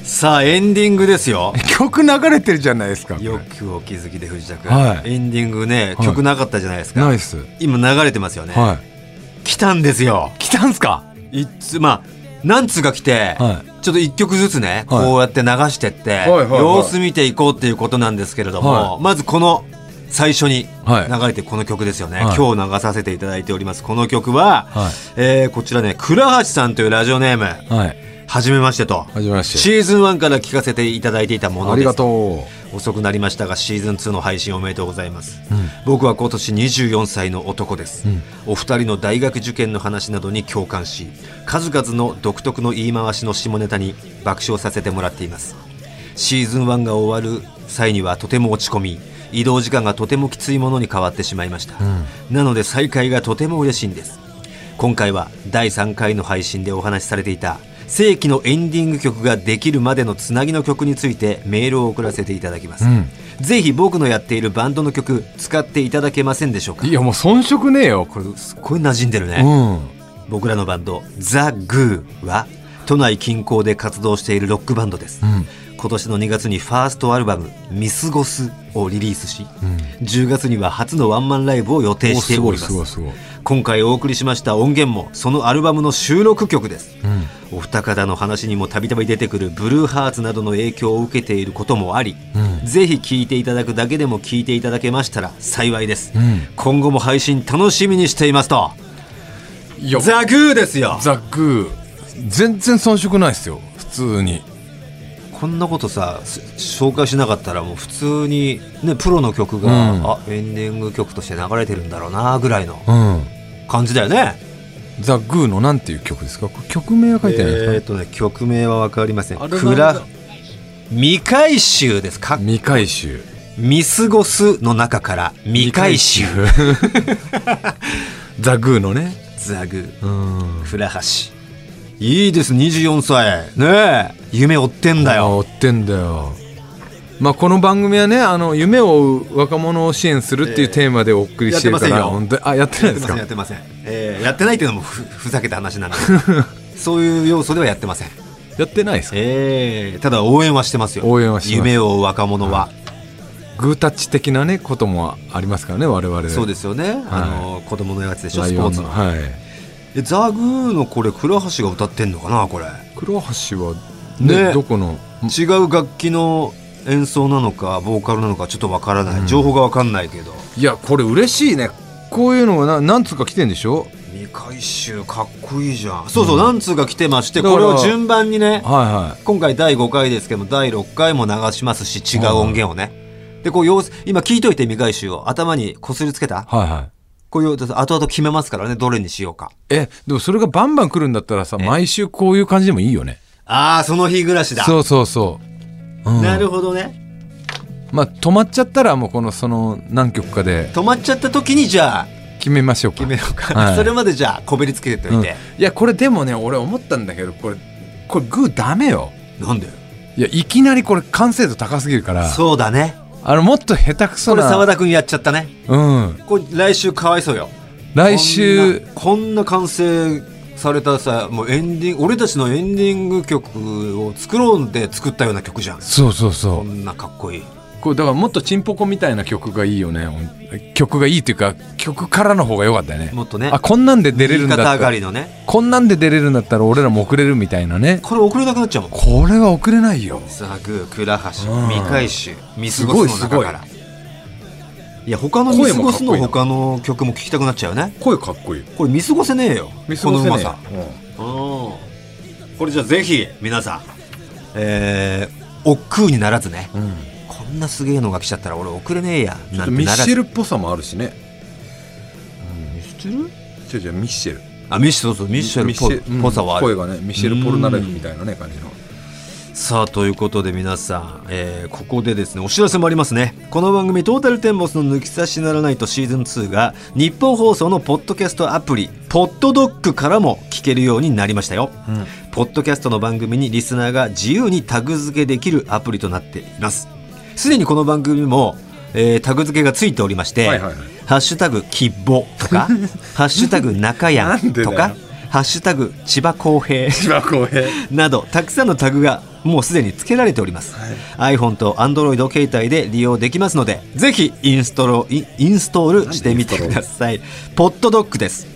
A: さあエンディングですよ
B: 曲流れてるじゃないですか。これ
A: よくお気づきで藤田君、
B: はい
A: エンディングね
B: はい
A: 曲なかったじゃないですか、
B: ナイス。
A: 今流れてますよね、
B: はい。
A: 来たんですよ
B: 来たんすか
A: いつまあ何通か来て、
B: は
A: ちょっと一曲ずつね、
B: はい
A: こうやって流してって、
B: いはいはい
A: 様子見ていこうっていうことなんですけれども、
B: は
A: まずこの最初に
B: はい
A: 流れてるこの曲ですよね、
B: はい
A: 今日流させていただいておりますこの曲は、
B: はい
A: えーこちらね倉橋さんというラジオネーム
B: はい。
A: はじめましてと
B: はじめまして
A: シーズン1から聞かせていただいていたものです
B: ありがとう。
A: 遅くなりましたがシーズン2の配信おめでとうございます、僕は今年24歳の男です、お二人の大学受験の話などに共感し数々の独特の言い回しの下ネタに爆笑させてもらっていますシーズン1が終わる際にはとても落ち込み移動時間がとてもきついものに変わってしまいました、なので再会がとても嬉しいんです今回は第3回の配信でお話しされていた正規のエンディング曲ができるまでのつなぎの曲についてメールを送らせていただきます、ぜひ僕のやっているバンドの曲使っていただけませんでしょうか
B: いや、もう遜色ねえよ、これ。
A: これ馴染んでるね、
B: うん。
A: 僕らのバンドザ・グーは都内近郊で活動しているロックバンドです、今年の2月にファーストアルバム「ミスゴス」をリリースし、10月には初のワンマンライブを予定
B: お
A: して
B: す
A: お
B: ご
A: り
B: い
A: ますす
B: ごいすごい。
A: 今回お送りしました音源もそのアルバムの収録曲です、お二方の話にもたびたび出てくるブルーハーツなどの影響を受けていることもあり、ぜひ聴いていただくだけでも聴いていただけましたら幸いです、今後も配信楽しみにしていますと
B: いや、
A: ザ・グーですよ
B: ザックー全然遜色ないっすよ普通に
A: こんなことさす紹介しなかったらもう普通に、ね、プロの曲が、
B: うん
A: あエンディング曲として流れてるんだろうなぐらいの
B: うん
A: 感じだよね
B: ザ・グーのなんていう曲ですかこれ曲名は書いてないですか、
A: えーっとね曲名は分かりません
B: あれ
A: クラ未回収ですか
B: 未回収
A: 見過ごすの中から未回収
B: ザ・グーのね
A: ザグ
B: うん
A: 倉橋いいです24歳ねえ夢追ってんだ
B: あ
A: よ
B: 追ってんだよまあこの番組はねあの夢を追う若者を支援するっていうテーマでお送りしてるか
A: やってません
B: ら、
A: よ
B: 本当にあやってないですか
A: やってませんやってません、えーやってないっていうのもふふざけた話なの
B: [LAUGHS]
A: でそういう要素ではやってません
B: やってないですか
A: ええただ応援はしてますよ
B: 応援はしてます
A: 夢を追う若者は、
B: グータッチ的なねこともありますからね我々
A: そうですすよね、あの子供のやつでしょ
B: ラ
A: ス
B: イ
A: ポ
B: オ
A: ー
B: ン
A: ツ
B: の
A: の、
B: はい
A: えザグーのこれ倉橋が歌ってんのかなこれ
B: 黒橋はね
A: ね
B: どこの
A: 違う楽器の演奏なのかボーカルなのかちょっとわからない、情報がわかんないけど
B: いやこれ嬉しいねこういうのがな何つうか来てんでしょ
A: 未回収かっこいいじゃんそうそう、何通か来てましてこれ
B: だ
A: を
B: から
A: 順番にね
B: は
A: 今回第5回ですけども第6回も流しますし違う音源をね、でこう様子今聞いといて未回収を頭にこすりつけた
B: いはいはいはい
A: こういう後々決めますからねどれにしようか
B: えでもそれがバンバン来るんだったらさ毎週こういう感じでもいいよね
A: ああその日暮らしだ
B: そうそうそう、うん
A: なるほどね
B: まあ止まっちゃったらもうこのその何曲かで
A: 止まっちゃった時にじゃあ
B: 決めましょうか
A: 決めようか、
B: はい
A: それまでじゃあこびりつけて
B: う
A: おい
B: んい
A: て、
B: やこれでもね俺思ったんだけどこれこれグーダメよ
A: なんで
B: いやいきなりこれ完成度高すぎるから
A: そうだね
B: あのもっと下手くそ
A: これ
B: な
A: 澤田君やっちゃったね
B: うん
A: これ来週かわいそうよ
B: 来週
A: こんなこんな完成されたさもうエンディング俺たちのエンディング曲を作ろうんで作ったような曲じゃん
B: そうそうそ
A: こんなかっこいいう
B: これだからもっとチンポコみたいな曲がいいよねほん曲がいいっていうか曲からの方が良かったよね
A: もっとね
B: あこんなんで出れるんだ
A: 右肩
B: っ
A: 上が
B: た
A: りのね
B: こんなんで出れるんだったら俺らも遅れるみたいなね
A: これ送れなくなっちゃうもん
B: これは遅れないよ
A: さグー倉橋
B: うん
A: 未回収見過ごすの中から
B: す
A: いや他の見
B: 声
A: 過
B: も
A: ご
B: かっ
A: す
B: こいいな
A: の他の曲も聴きたくなっちゃうよね
B: 声かっこいい
A: これ見過ごせねえよ
B: 見過
A: こ
B: ごせ
A: の
B: ね
A: うま
B: え
A: さ
B: よ
A: うんこれじゃあぜひ皆さんえー、億劫にならずね、
B: うん
A: こんなすげえのが来ちゃったら俺送れねえや
B: ちょ
A: な
B: っ
A: んて
B: とミッ
A: なら
B: シェ
A: ず
B: ルっぽさもあるしね
A: ミッシェル
B: じゃじゃミッシェル
A: あミッシェルそうそうミッシェルっぽい
B: ミッシェルうん
A: ぽさはあ
B: 声
A: る
B: がねミッシェル・ポルナレフみたいなね感
A: [LAUGHS]
B: じの
A: さあということで皆さん、えーここでですねお知らせもありますねこの番組「トータルテンボスの抜き差しならないと」シーズン2が日本放送のポッドキャストアプリ「ポッドドッグからも聞けるようになりましたよ、ポッドキャストの番組にリスナーが自由にタグ付けできるアプリとなっていますすでにこの番組も、えータグ付けがついておりまして「
B: はいはいはい
A: ハッシュタグきっぼ」と
B: [LAUGHS]
A: か「ハッシュタグ中や
B: なん
A: ん」
B: でだ
A: と
B: よ
A: か「ハッシュタグ千葉公平」
B: 芝公平
A: などたくさんのタグがもうすでに付けられております、iPhone と Android 携帯で利用できますのでぜひインストロインインストールしてみてくださいポッドドッグです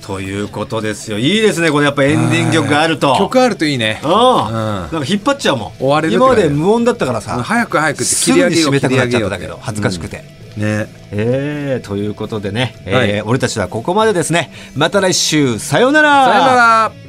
A: ということですよいいですねこれやっぱエンディング曲があると
B: 曲あるといいね
A: うん、なんか引っ張っちゃうもん
B: 終われるって
A: 今ま
B: 感じ
A: で無音だったからさ
B: 早く早くって
A: す
B: 切
A: ぐ
B: り
A: に
B: 上げよ
A: 締
B: う
A: めたくなっちゃったんだ
B: 切
A: け
B: り上げ
A: ど
B: ようって
A: 恥ずかしくて、
B: ね
A: えー、ということでね、えー
B: はい
A: 俺たちはここまでですねまた来週さようなら
B: さよなら